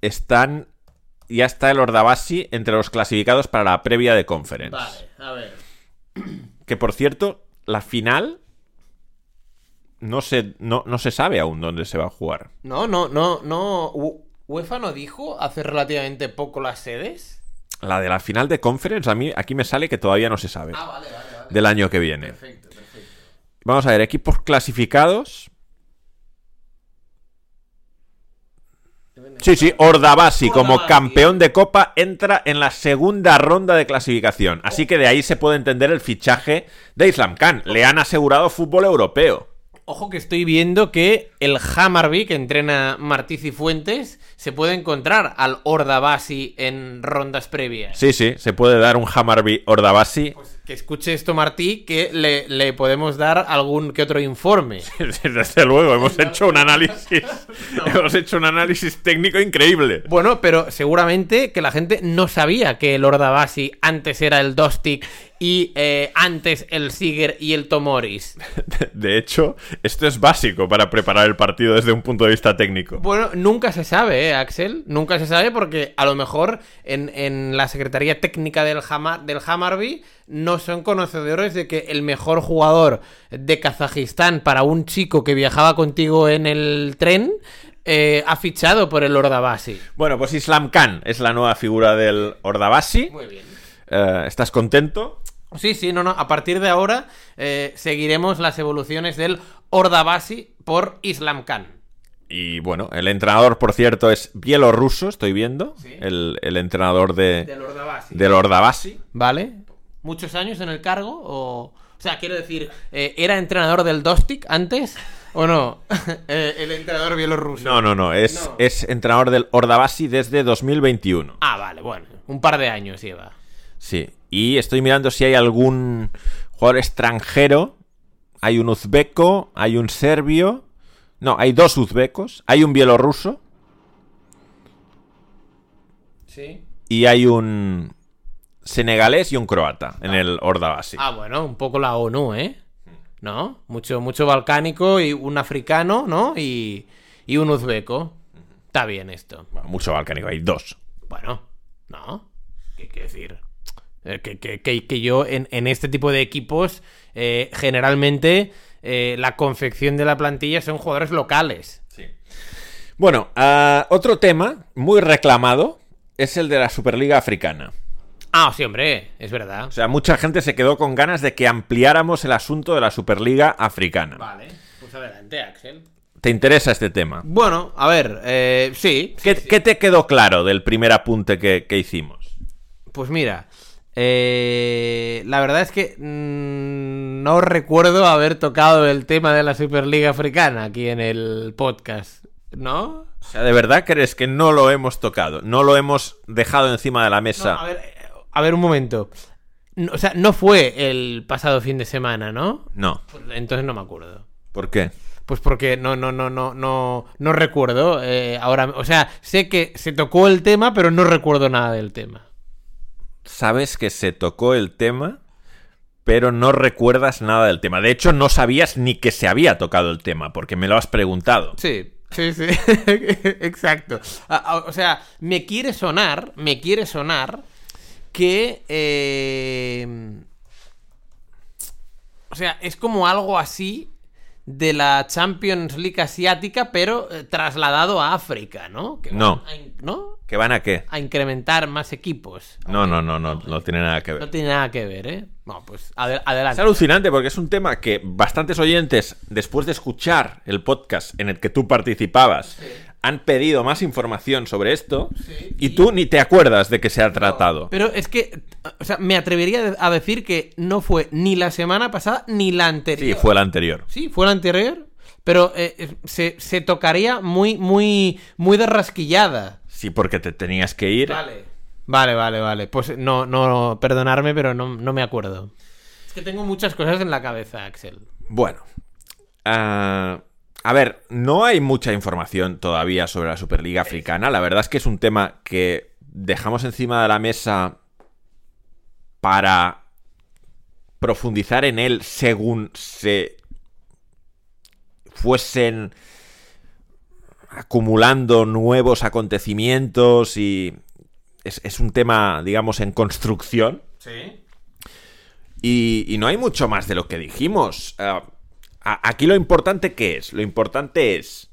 Speaker 1: están ya está el Ordabasi entre los clasificados para la previa de Conference.
Speaker 2: Vale, a ver.
Speaker 1: Que por cierto, la final no se, no, no se sabe aún dónde se va a jugar.
Speaker 2: No, no, no, no. U- ¿UEFA no dijo hace relativamente poco las sedes?
Speaker 1: La de la final de Conference, a mí aquí me sale que todavía no se sabe.
Speaker 2: Ah, vale, vale, vale.
Speaker 1: Del año que viene.
Speaker 2: Perfecto, perfecto.
Speaker 1: Vamos a ver, equipos clasificados. Sí, sí, Ordabasi como
Speaker 2: Ordabasi.
Speaker 1: campeón de Copa entra en la segunda ronda de clasificación. Así que de ahí se puede entender el fichaje de Islam Khan. Le han asegurado fútbol europeo.
Speaker 2: Ojo que estoy viendo que el Hammarby que entrena Martí Cifuentes se puede encontrar al Ordabasi en rondas previas.
Speaker 1: Sí, sí, se puede dar un Hammarby Ordabasi.
Speaker 2: Pues Que escuche esto Martí, que le, le podemos dar algún que otro informe.
Speaker 1: Desde luego, hemos hecho un análisis. Hemos hecho un análisis técnico increíble.
Speaker 2: Bueno, pero seguramente que la gente no sabía que el Ordabasi antes era el Dostik y eh, antes el Siger y el Tomoris.
Speaker 1: De hecho, esto es básico para preparar el partido desde un punto de vista técnico.
Speaker 2: Bueno, nunca se sabe, ¿eh, Axel? Nunca se sabe porque a lo mejor en, en la Secretaría Técnica del, Hama- del Hammarby no son conocedores de que el mejor jugador de Kazajistán para un chico que viajaba contigo en el tren eh, ha fichado por el Ordabasi.
Speaker 1: Bueno, pues Islam Khan es la nueva figura del Ordabasi.
Speaker 2: Muy bien.
Speaker 1: Eh, ¿Estás contento?
Speaker 2: Sí, sí, no, no. A partir de ahora eh, seguiremos las evoluciones del Ordabasi por Islam Khan.
Speaker 1: Y bueno, el entrenador, por cierto, es bielorruso, estoy viendo.
Speaker 2: Sí.
Speaker 1: El, el entrenador de,
Speaker 2: Del Ordabasi.
Speaker 1: del Ordabasi.
Speaker 2: ¿Vale? ¿Muchos años en el cargo? O, o sea, quiero decir, eh, ¿era entrenador del Dostik antes o no? Eh, el entrenador bielorruso.
Speaker 1: No, no, no, es,
Speaker 2: No.
Speaker 1: es entrenador del Ordabasi desde 2021.
Speaker 2: Ah, vale, bueno. Un par de años lleva.
Speaker 1: Sí, y estoy mirando si hay algún jugador extranjero. Hay un uzbeco, hay un serbio. No, hay dos uzbecos, hay un bielorruso
Speaker 2: Sí.
Speaker 1: y hay un senegalés y un croata en el Ordabasi.
Speaker 2: Ah, bueno, un poco la ONU, ¿eh? ¿No? Mucho, mucho balcánico y un africano, ¿no? Y, y un uzbeco. Está bien esto.
Speaker 1: Bueno, mucho balcánico, hay dos.
Speaker 2: Bueno, no. ¿Qué quiero decir? Eh, Que, que- que- que yo en, en este tipo de equipos, eh, generalmente eh, la confección de la plantilla son jugadores locales.
Speaker 1: Bueno, ah, otro tema muy reclamado es el de la Superliga Africana.
Speaker 2: Ah, sí, hombre, es verdad.
Speaker 1: O sea, mucha gente se quedó con ganas de que ampliáramos el asunto de la Superliga Africana.
Speaker 2: Vale, pues adelante, Axel.
Speaker 1: ¿Te interesa este tema?
Speaker 2: Bueno, a ver, eh, sí.
Speaker 1: ¿Qué, qué te quedó claro del primer apunte que, que hicimos?
Speaker 2: Pues mira, eh, la verdad es que mm, no recuerdo haber tocado el tema de la Superliga Africana aquí en el podcast, ¿no?
Speaker 1: O sea, ¿de verdad crees que no lo hemos tocado? ¿No lo hemos dejado encima de la mesa?
Speaker 2: No, a, ver, eh, a ver, un momento. No, o sea, no fue el pasado fin de semana, ¿no?
Speaker 1: No.
Speaker 2: Pues Entonces no me acuerdo.
Speaker 1: ¿Por qué?
Speaker 2: Pues porque no, no, no, no, no, no recuerdo. eh, ahora, o sea, sé que se tocó el tema, pero no recuerdo nada del tema.
Speaker 1: Sabes que se tocó el tema, pero no recuerdas nada del tema. De hecho, no sabías ni que se había tocado el tema, porque me lo has preguntado.
Speaker 2: Sí, sí, sí, exacto. A- a- O sea, me quiere sonar, me quiere sonar que... eh, o sea, es como algo así de la Champions League asiática, pero eh, trasladado a África, ¿no? Que van
Speaker 1: No.
Speaker 2: A, in- ¿No?
Speaker 1: ¿Que van a qué?
Speaker 2: A incrementar más equipos.
Speaker 1: No, no, no, no, no tiene nada que ver.
Speaker 2: No tiene nada que ver, ¿eh? No, pues ade-
Speaker 1: Es
Speaker 2: adelante.
Speaker 1: alucinante porque es un tema que bastantes oyentes, después de escuchar el podcast en el que tú participabas, han pedido más información sobre esto
Speaker 2: Sí,
Speaker 1: y
Speaker 2: y-
Speaker 1: tú ni te acuerdas de que se ha tratado.
Speaker 2: Pero es que, o sea, me atrevería a decir que no fue ni la semana pasada ni la
Speaker 1: Sí,
Speaker 2: anterior.
Speaker 1: fue el anterior.
Speaker 2: Sí, fue el anterior. Pero eh, eh, se, se tocaría muy, muy, muy de rasquillada.
Speaker 1: Sí, porque te tenías que ir.
Speaker 2: Vale, vale, vale. Pues no, no, perdonarme, pero no, no me acuerdo. que tengo muchas cosas en la cabeza, Axel.
Speaker 1: Bueno. ah, a ver, no hay mucha información todavía sobre la Superliga Africana. La verdad es que es un tema que dejamos encima de la mesa para profundizar en él según se fuesen acumulando nuevos acontecimientos y es, es un tema, digamos, en construcción.
Speaker 2: Sí.
Speaker 1: Y, y no hay mucho más de lo que dijimos. Ah, a- aquí lo importante que es, lo importante es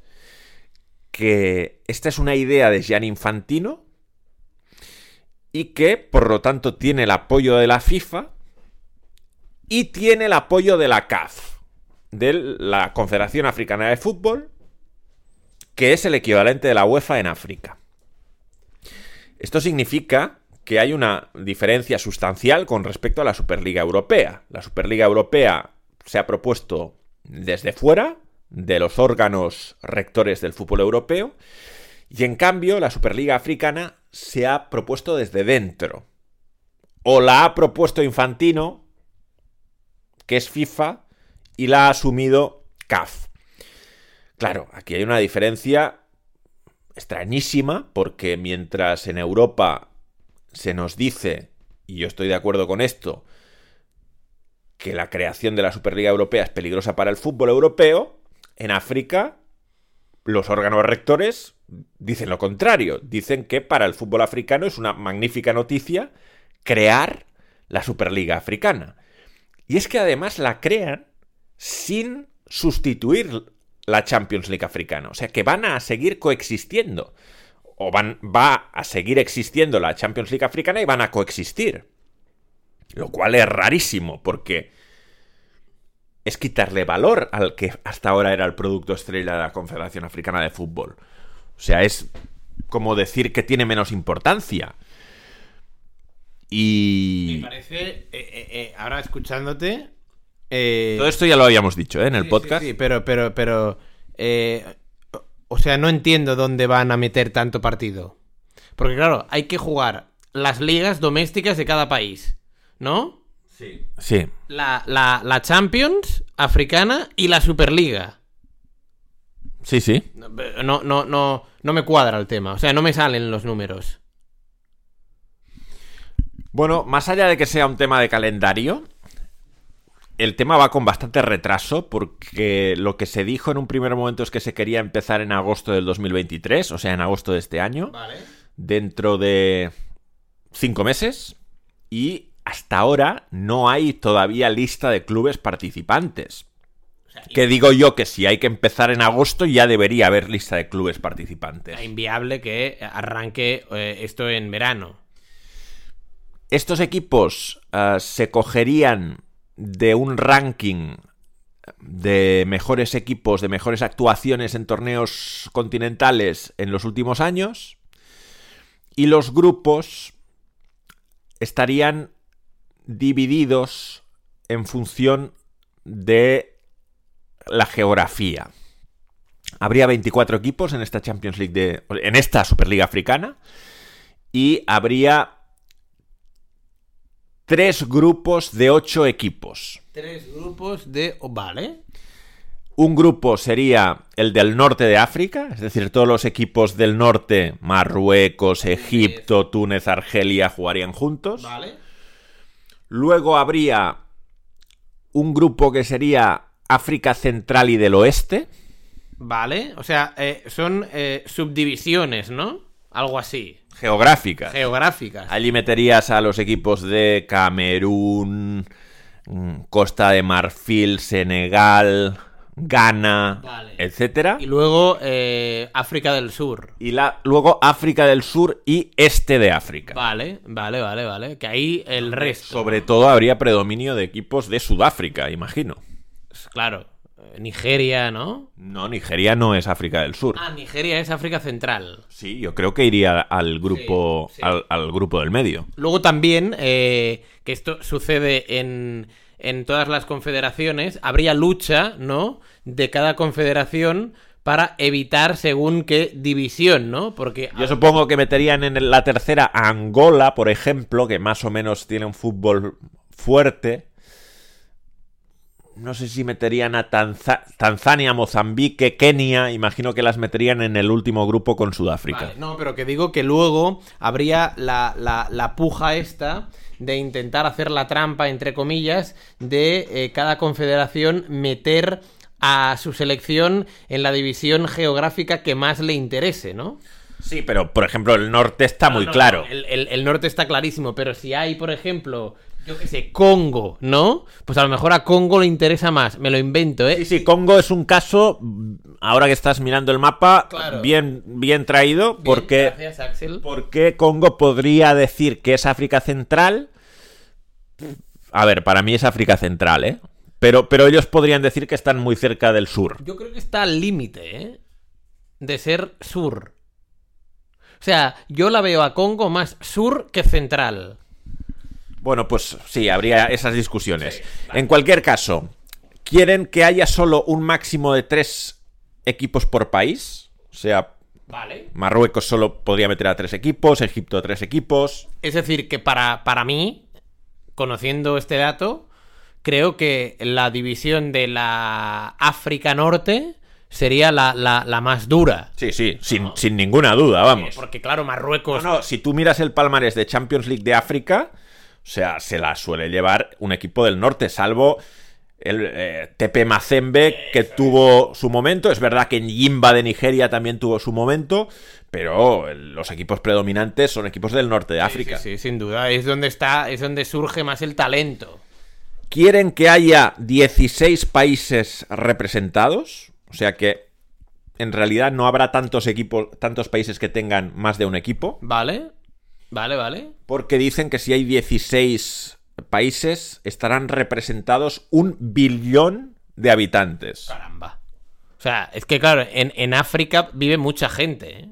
Speaker 1: que esta es una idea de Gian Infantino y que, por lo tanto, tiene el apoyo de la FIFA y tiene el apoyo de la CAF, de la Confederación Africana de Fútbol, que es el equivalente de la UEFA en África. Esto significa que hay una diferencia sustancial con respecto a la Superliga Europea. La Superliga Europea se ha propuesto desde fuera, de los órganos rectores del fútbol europeo, y en cambio la Superliga Africana se ha propuesto desde dentro. O la ha propuesto Infantino, que es FIFA, y la ha asumido CAF. Claro, aquí hay una diferencia extrañísima, porque mientras en Europa se nos dice, y yo estoy de acuerdo con esto, que la creación de la Superliga Europea es peligrosa para el fútbol europeo, en África los órganos rectores dicen lo contrario, dicen que para el fútbol africano es una magnífica noticia crear la Superliga Africana. Y es que además la crean sin sustituir la Champions League africana. O sea que van a seguir coexistiendo. O van, va a seguir existiendo la Champions League africana y van a coexistir. Lo cual es rarísimo porque es quitarle valor al que hasta ahora era el producto estrella de la Confederación Africana de Fútbol. O sea, es como decir que tiene menos importancia.
Speaker 2: Me
Speaker 1: Y...
Speaker 2: parece, eh, eh, eh, ahora escuchándote... eh,
Speaker 1: Todo esto ya lo habíamos dicho ¿eh? en el
Speaker 2: Sí, sí,
Speaker 1: podcast.
Speaker 2: Sí, pero, pero, pero. eh, o- o sea, no entiendo dónde van a meter tanto partido. Porque, claro, hay que jugar las ligas domésticas de cada país, ¿no?
Speaker 1: sí.
Speaker 2: La, la, la Champions africana y la Superliga.
Speaker 1: Sí, sí.
Speaker 2: No, no, no, no, no me cuadra el tema. O sea, no me salen los números.
Speaker 1: Bueno, más allá de que sea un tema de calendario, el tema va con bastante retraso porque lo que se dijo en un primer momento es que se quería empezar en agosto del 2023, o sea, en agosto de este año,
Speaker 2: Vale.
Speaker 1: dentro de cinco meses, y hasta ahora no hay todavía lista de clubes participantes. Que digo yo que si hay que empezar en agosto ya debería haber lista de clubes participantes.
Speaker 2: Inviable que arranque eh, esto en verano.
Speaker 1: Estos equipos eh, se cogerían de un ranking de mejores equipos, de mejores actuaciones en torneos continentales en los últimos años. Y los grupos estarían divididos en función de la geografía. Habría 24 equipos en esta Champions League de. en esta Superliga Africana. Y habría tres grupos de ocho equipos.
Speaker 2: Tres grupos de. oh, Vale.
Speaker 1: Un grupo sería el del norte de África, es decir, todos los equipos del norte, Marruecos, Egipto, Túnez, Argelia, jugarían juntos.
Speaker 2: Vale.
Speaker 1: Luego habría un grupo que sería África Central y del Oeste.
Speaker 2: Vale, o sea, eh, son eh, subdivisiones, ¿no? Algo así.
Speaker 1: Geográficas.
Speaker 2: Geográficas.
Speaker 1: Allí meterías a los equipos de Camerún, mm, Costa de Marfil, Senegal, Ghana,
Speaker 2: Vale.
Speaker 1: etcétera.
Speaker 2: Y luego eh, África del Sur.
Speaker 1: y la, luego África del Sur y este de África.
Speaker 2: Vale, vale, vale, vale. Que ahí el resto.
Speaker 1: Sobre todo habría predominio de equipos de Sudáfrica, imagino.
Speaker 2: Claro. eh, Nigeria, ¿no?
Speaker 1: No, Nigeria no es África del Sur.
Speaker 2: Ah, Nigeria es África Central.
Speaker 1: Sí, yo creo que iría al grupo,
Speaker 2: Sí, sí.
Speaker 1: Al, al grupo del medio.
Speaker 2: Luego también, eh, que esto sucede en, en todas las confederaciones, habría lucha, ¿no? De cada confederación para evitar según qué división, ¿no? Porque ah,
Speaker 1: Yo supongo que meterían en la tercera a Angola, por ejemplo, que más o menos tiene un fútbol fuerte. no sé si meterían a Tanza- Tanzania, Mozambique, Kenia. Imagino que las meterían en el último grupo con Sudáfrica.
Speaker 2: Vale, no, pero que digo que luego habría la, la- la puja esta de intentar hacer la trampa, entre comillas, de eh, cada confederación meter a su selección en la división geográfica que más le interese, ¿no?
Speaker 1: Sí, pero por ejemplo, el norte está muy
Speaker 2: No, no,
Speaker 1: claro.
Speaker 2: no, El, el- el norte está clarísimo, pero si hay, por ejemplo, yo qué sé, Congo, ¿no? Pues a lo mejor a Congo le interesa más. Me lo invento, ¿eh?
Speaker 1: Sí, sí, Congo es un caso, mm, ahora que estás mirando el mapa,
Speaker 2: Claro.
Speaker 1: bien, bien traído,
Speaker 2: Bien,
Speaker 1: porque,
Speaker 2: Gracias, Axel.
Speaker 1: porque Congo podría decir que es África Central. A ver, para mí es África Central, ¿eh? Pero, pero ellos podrían decir que están muy cerca del sur.
Speaker 2: Yo creo que está al límite, ¿eh? De ser sur. O sea, yo la veo a Congo más sur que central.
Speaker 1: Bueno, pues sí, habría esas discusiones. En cualquier caso, ¿quieren que haya solo un máximo de tres equipos por país? O sea,
Speaker 2: Vale.
Speaker 1: Marruecos solo podría meter a tres equipos, Egipto a tres equipos.
Speaker 2: Es decir, que para, para mí, conociendo este dato, creo que la división de la África Norte sería la, la- la más dura.
Speaker 1: Sí, sí, sin, sin ninguna duda, vamos.
Speaker 2: Eh, Porque, pues, claro,
Speaker 1: No,
Speaker 2: Marruecos.
Speaker 1: no, si tú miras el palmarés de Champions League de África, o sea, se la suele llevar un equipo del norte, salvo el eh, TP Mazembe, que tuvo su momento. Es verdad que Yimba de Nigeria también tuvo su momento, pero el- los equipos predominantes son equipos del norte de África.
Speaker 2: Sí, sí, sin duda. Es donde está, es donde surge más el talento.
Speaker 1: ¿Quieren que haya 16 países representados? O sea que en realidad no habrá tantos equipos, tantos países que tengan más de un equipo.
Speaker 2: ¿Vale? Vale, vale.
Speaker 1: Porque dicen que si hay 16 países, estarán representados un billón de habitantes.
Speaker 2: Caramba. O sea, es que claro, en, en África vive mucha gente. ¿eh?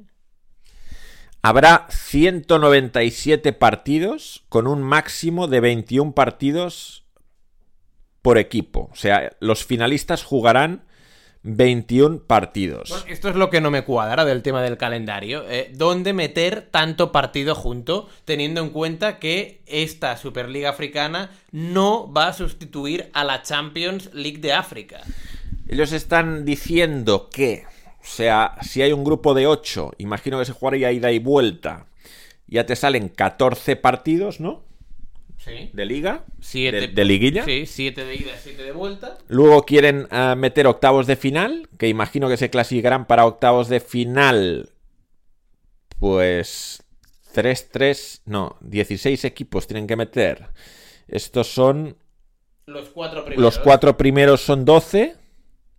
Speaker 1: Habrá 197 partidos con un máximo de 21 partidos por equipo. O sea, los finalistas jugarán 21
Speaker 2: Bueno,
Speaker 1: partidos.
Speaker 2: esto es lo que no me cuadra del tema del calendario. eh, ¿Dónde meter tanto partido junto, teniendo en cuenta que esta Superliga Africana no va a sustituir a la Champions League de África?
Speaker 1: Ellos están diciendo que, o sea, si hay un grupo de 8, imagino que se jugaría ida y vuelta, ya te salen 14 partidos, ¿no?
Speaker 2: Sí.
Speaker 1: de liga,
Speaker 2: Siete,
Speaker 1: de, de liguilla.
Speaker 2: Sí, siete de ida, siete de vuelta.
Speaker 1: Luego quieren ah, meter octavos de final, que imagino que se clasificarán para octavos de final. Pues 3-3, no, 16 equipos tienen que meter. Estos son
Speaker 2: Los cuatro primeros.
Speaker 1: los cuatro primeros son 12,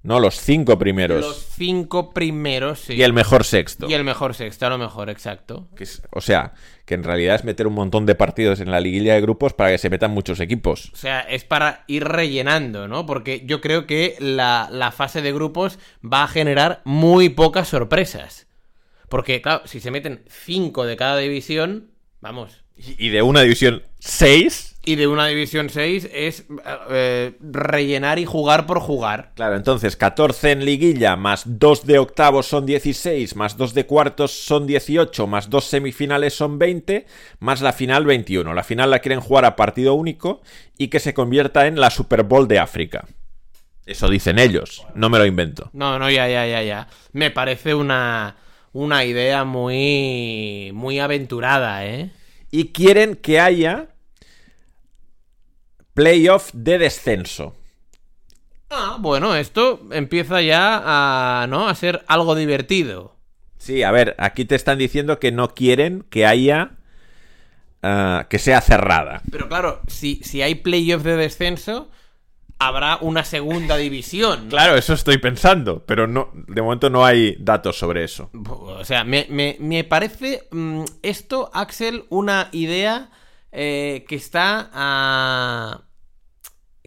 Speaker 1: no, los cinco primeros
Speaker 2: Los cinco primeros, sí.
Speaker 1: y el mejor sexto.
Speaker 2: Y el mejor sexto, a lo mejor, exacto.
Speaker 1: Que es- o sea, que en realidad es meter un montón de partidos en la liguilla de grupos para que se metan muchos equipos.
Speaker 2: O sea, es para ir rellenando, ¿no? Porque yo creo que la, la fase de grupos va a generar muy pocas sorpresas. Porque, claro, si se meten cinco de cada división, vamos.
Speaker 1: Y y de una división 6,
Speaker 2: Y de una división 6 es eh, rellenar y jugar por jugar.
Speaker 1: Claro, entonces 14 en liguilla, más 2 de octavos son 16, más 2 de cuartos son 18, más 2 semifinales son 20, más la final 21. La final la quieren jugar a partido único y que se convierta en la Super Bowl de África. Eso dicen ellos, no me lo invento.
Speaker 2: No, no, ya, ya, ya, ya. Me parece una, una idea muy, muy aventurada, ¿eh?
Speaker 1: Y quieren que haya playoff de descenso.
Speaker 2: Ah, bueno, esto empieza ya a, ¿no? a ser algo divertido.
Speaker 1: Sí, a ver, aquí te están diciendo que no quieren que haya... ah, que sea cerrada.
Speaker 2: Pero claro, si, si hay playoffs de descenso, habrá una segunda división. ¿no?
Speaker 1: Claro, eso estoy pensando, pero no, de momento no hay datos sobre eso.
Speaker 2: O sea, me, me- me parece mm, esto, Axel, una idea eh, que está ah,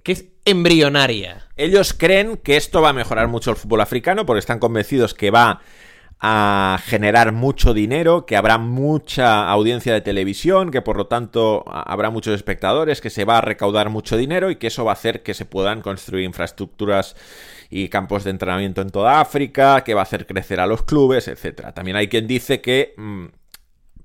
Speaker 2: que es embrionaria.
Speaker 1: Ellos creen que esto va a mejorar mucho el fútbol africano porque están convencidos que va a generar mucho dinero, que habrá mucha audiencia de televisión, que por lo tanto a- habrá muchos espectadores, que se va a recaudar mucho dinero y que eso va a hacer que se puedan construir infraestructuras y campos de entrenamiento en toda África, que va a hacer crecer a los clubes, etcétera. También hay quien dice que mm,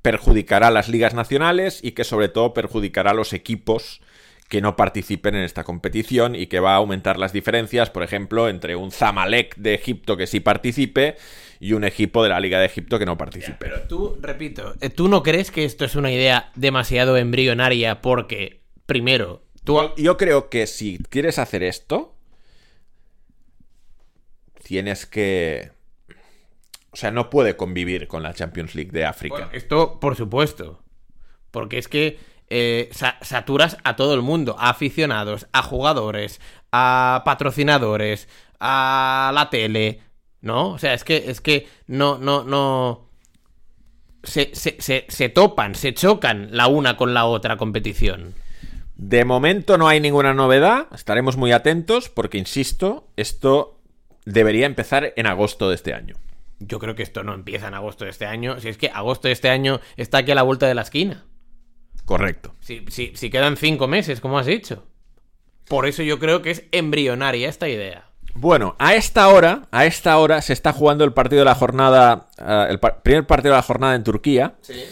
Speaker 1: perjudicará a las ligas nacionales y que sobre todo perjudicará a los equipos que no participen en esta competición y que va a aumentar las diferencias, por ejemplo, entre un Zamalek de Egipto que sí participe y un equipo de la Liga de Egipto que no participe.
Speaker 2: Pero tú, repito, eh, ¿tú no crees que esto es una idea demasiado embrionaria? Porque, primero, tú...
Speaker 1: Yo creo que si quieres hacer esto, tienes que... O sea, no puede convivir con la Champions League de África.
Speaker 2: Bueno, eh. esto, por supuesto. Porque es que eh, sa- saturas a todo el mundo, a aficionados, a jugadores, a patrocinadores, a la tele, ¿no? O sea, es que, es que no, no, no. Se, se, se, se topan, se chocan la una con la otra competición.
Speaker 1: De momento no hay ninguna novedad, estaremos muy atentos porque, insisto, esto debería empezar en agosto de este año.
Speaker 2: Yo creo que esto no empieza en agosto de este año. Si es que agosto de este año está aquí a la vuelta de la esquina.
Speaker 1: Correcto.
Speaker 2: Si, si, si quedan cinco meses, como has dicho. Por eso yo creo que es embrionaria esta idea.
Speaker 1: Bueno, a esta hora, a esta hora se está jugando el partido de la jornada, eh, el pa- primer partido de la jornada en Turquía.
Speaker 2: Sí.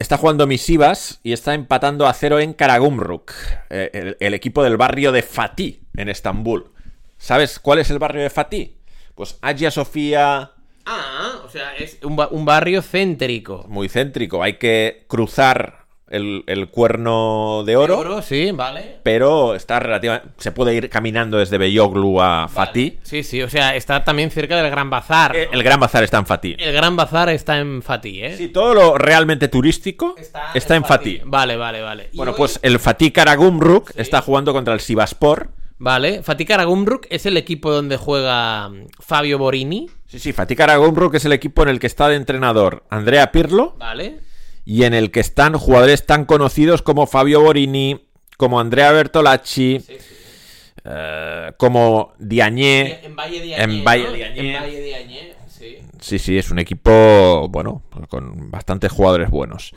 Speaker 1: Está jugando Misivas y está empatando a cero en Karagumruk, eh, el, el equipo del barrio de Fatih en Estambul. ¿Sabes cuál es el barrio de Fatih? Pues Hagia Sofía,
Speaker 2: Ah, o sea, es un, ba- un barrio céntrico.
Speaker 1: muy céntrico. Hay que cruzar el, el cuerno de oro,
Speaker 2: Oro, sí, vale.
Speaker 1: pero está relativa, se puede ir caminando desde Beyoglu a Fatih.
Speaker 2: Sí, sí, o sea, está también cerca del Gran Bazar.
Speaker 1: Eh, El Gran Bazar está en Fatih.
Speaker 2: El Gran Bazar está en Fatih, ¿eh?
Speaker 1: Sí, todo lo realmente turístico está, en Fatih.
Speaker 2: Vale, vale, vale. Y
Speaker 1: Bueno,
Speaker 2: hoy-
Speaker 1: pues el Fatih Karagumruk está jugando contra el Sivaspor.
Speaker 2: Vale, Fatih Karagumruk es el equipo donde juega mm, Fabio Borini,
Speaker 1: Sí, sí, Fatih Karagumruk es el equipo en el que está de entrenador Andrea Pirlo
Speaker 2: ¿vale?
Speaker 1: y en el que están jugadores tan conocidos como Fabio Borini, como Andrea Bertolacci, eh, como Diagne.
Speaker 2: Eh, En Valle de
Speaker 1: En
Speaker 2: Añé,
Speaker 1: Valle
Speaker 2: ¿no?
Speaker 1: de Añé.
Speaker 2: En Valle de Añé, sí.
Speaker 1: Sí, sí, es un equipo, bueno, con bastantes jugadores buenos.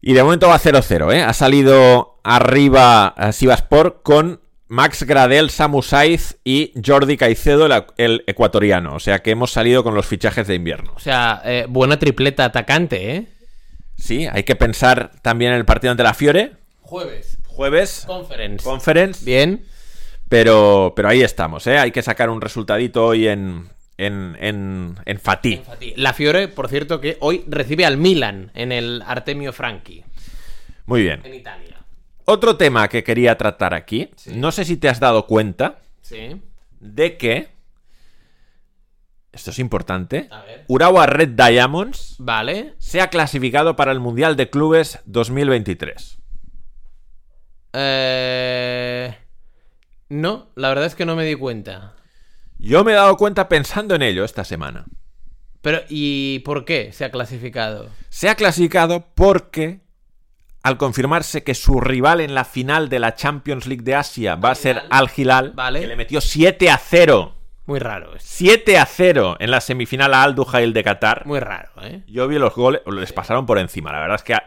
Speaker 1: Y de momento va 0-0, ¿eh? Ha salido arriba a Sivaspor con Max Gradel, Samu Saiz y Jordi Caicedo, el, el ecuatoriano. O sea que hemos salido con los fichajes de invierno.
Speaker 2: O sea, eh, buena tripleta atacante, ¿eh?
Speaker 1: Sí, hay que pensar también en el partido ante la Fiore.
Speaker 2: Jueves,
Speaker 1: Jueves,
Speaker 2: conference.
Speaker 1: conference.
Speaker 2: Bien.
Speaker 1: Pero, pero ahí estamos, ¿eh? Hay que sacar un resultadito hoy en, en, en, en Fatih.
Speaker 2: La Fiore, por cierto, que hoy recibe al Milan en el Artemio Franchi,
Speaker 1: Muy bien.
Speaker 2: en Italia.
Speaker 1: Otro tema que quería tratar aquí. No sé si te has dado cuenta
Speaker 2: Sí.
Speaker 1: de que. Esto es importante.
Speaker 2: A ver.
Speaker 1: Urawa Red Diamonds
Speaker 2: Vale.
Speaker 1: se ha clasificado para el Mundial de Clubes 2023.
Speaker 2: Eh, No, la verdad es que no me di cuenta.
Speaker 1: Yo me he dado cuenta pensando en ello esta semana.
Speaker 2: Pero, ¿y por qué se ha clasificado?
Speaker 1: Se ha clasificado porque, al confirmarse que su rival en la final de la Champions League de Asia va a ser Al Hilal,
Speaker 2: Vale.
Speaker 1: que le metió 7 a 0.
Speaker 2: Muy raro, es
Speaker 1: 7 a 0 en la semifinal a Al Duhail de Qatar.
Speaker 2: muy raro, ¿eh?
Speaker 1: Yo vi los goles, les pasaron por encima. La verdad es que a-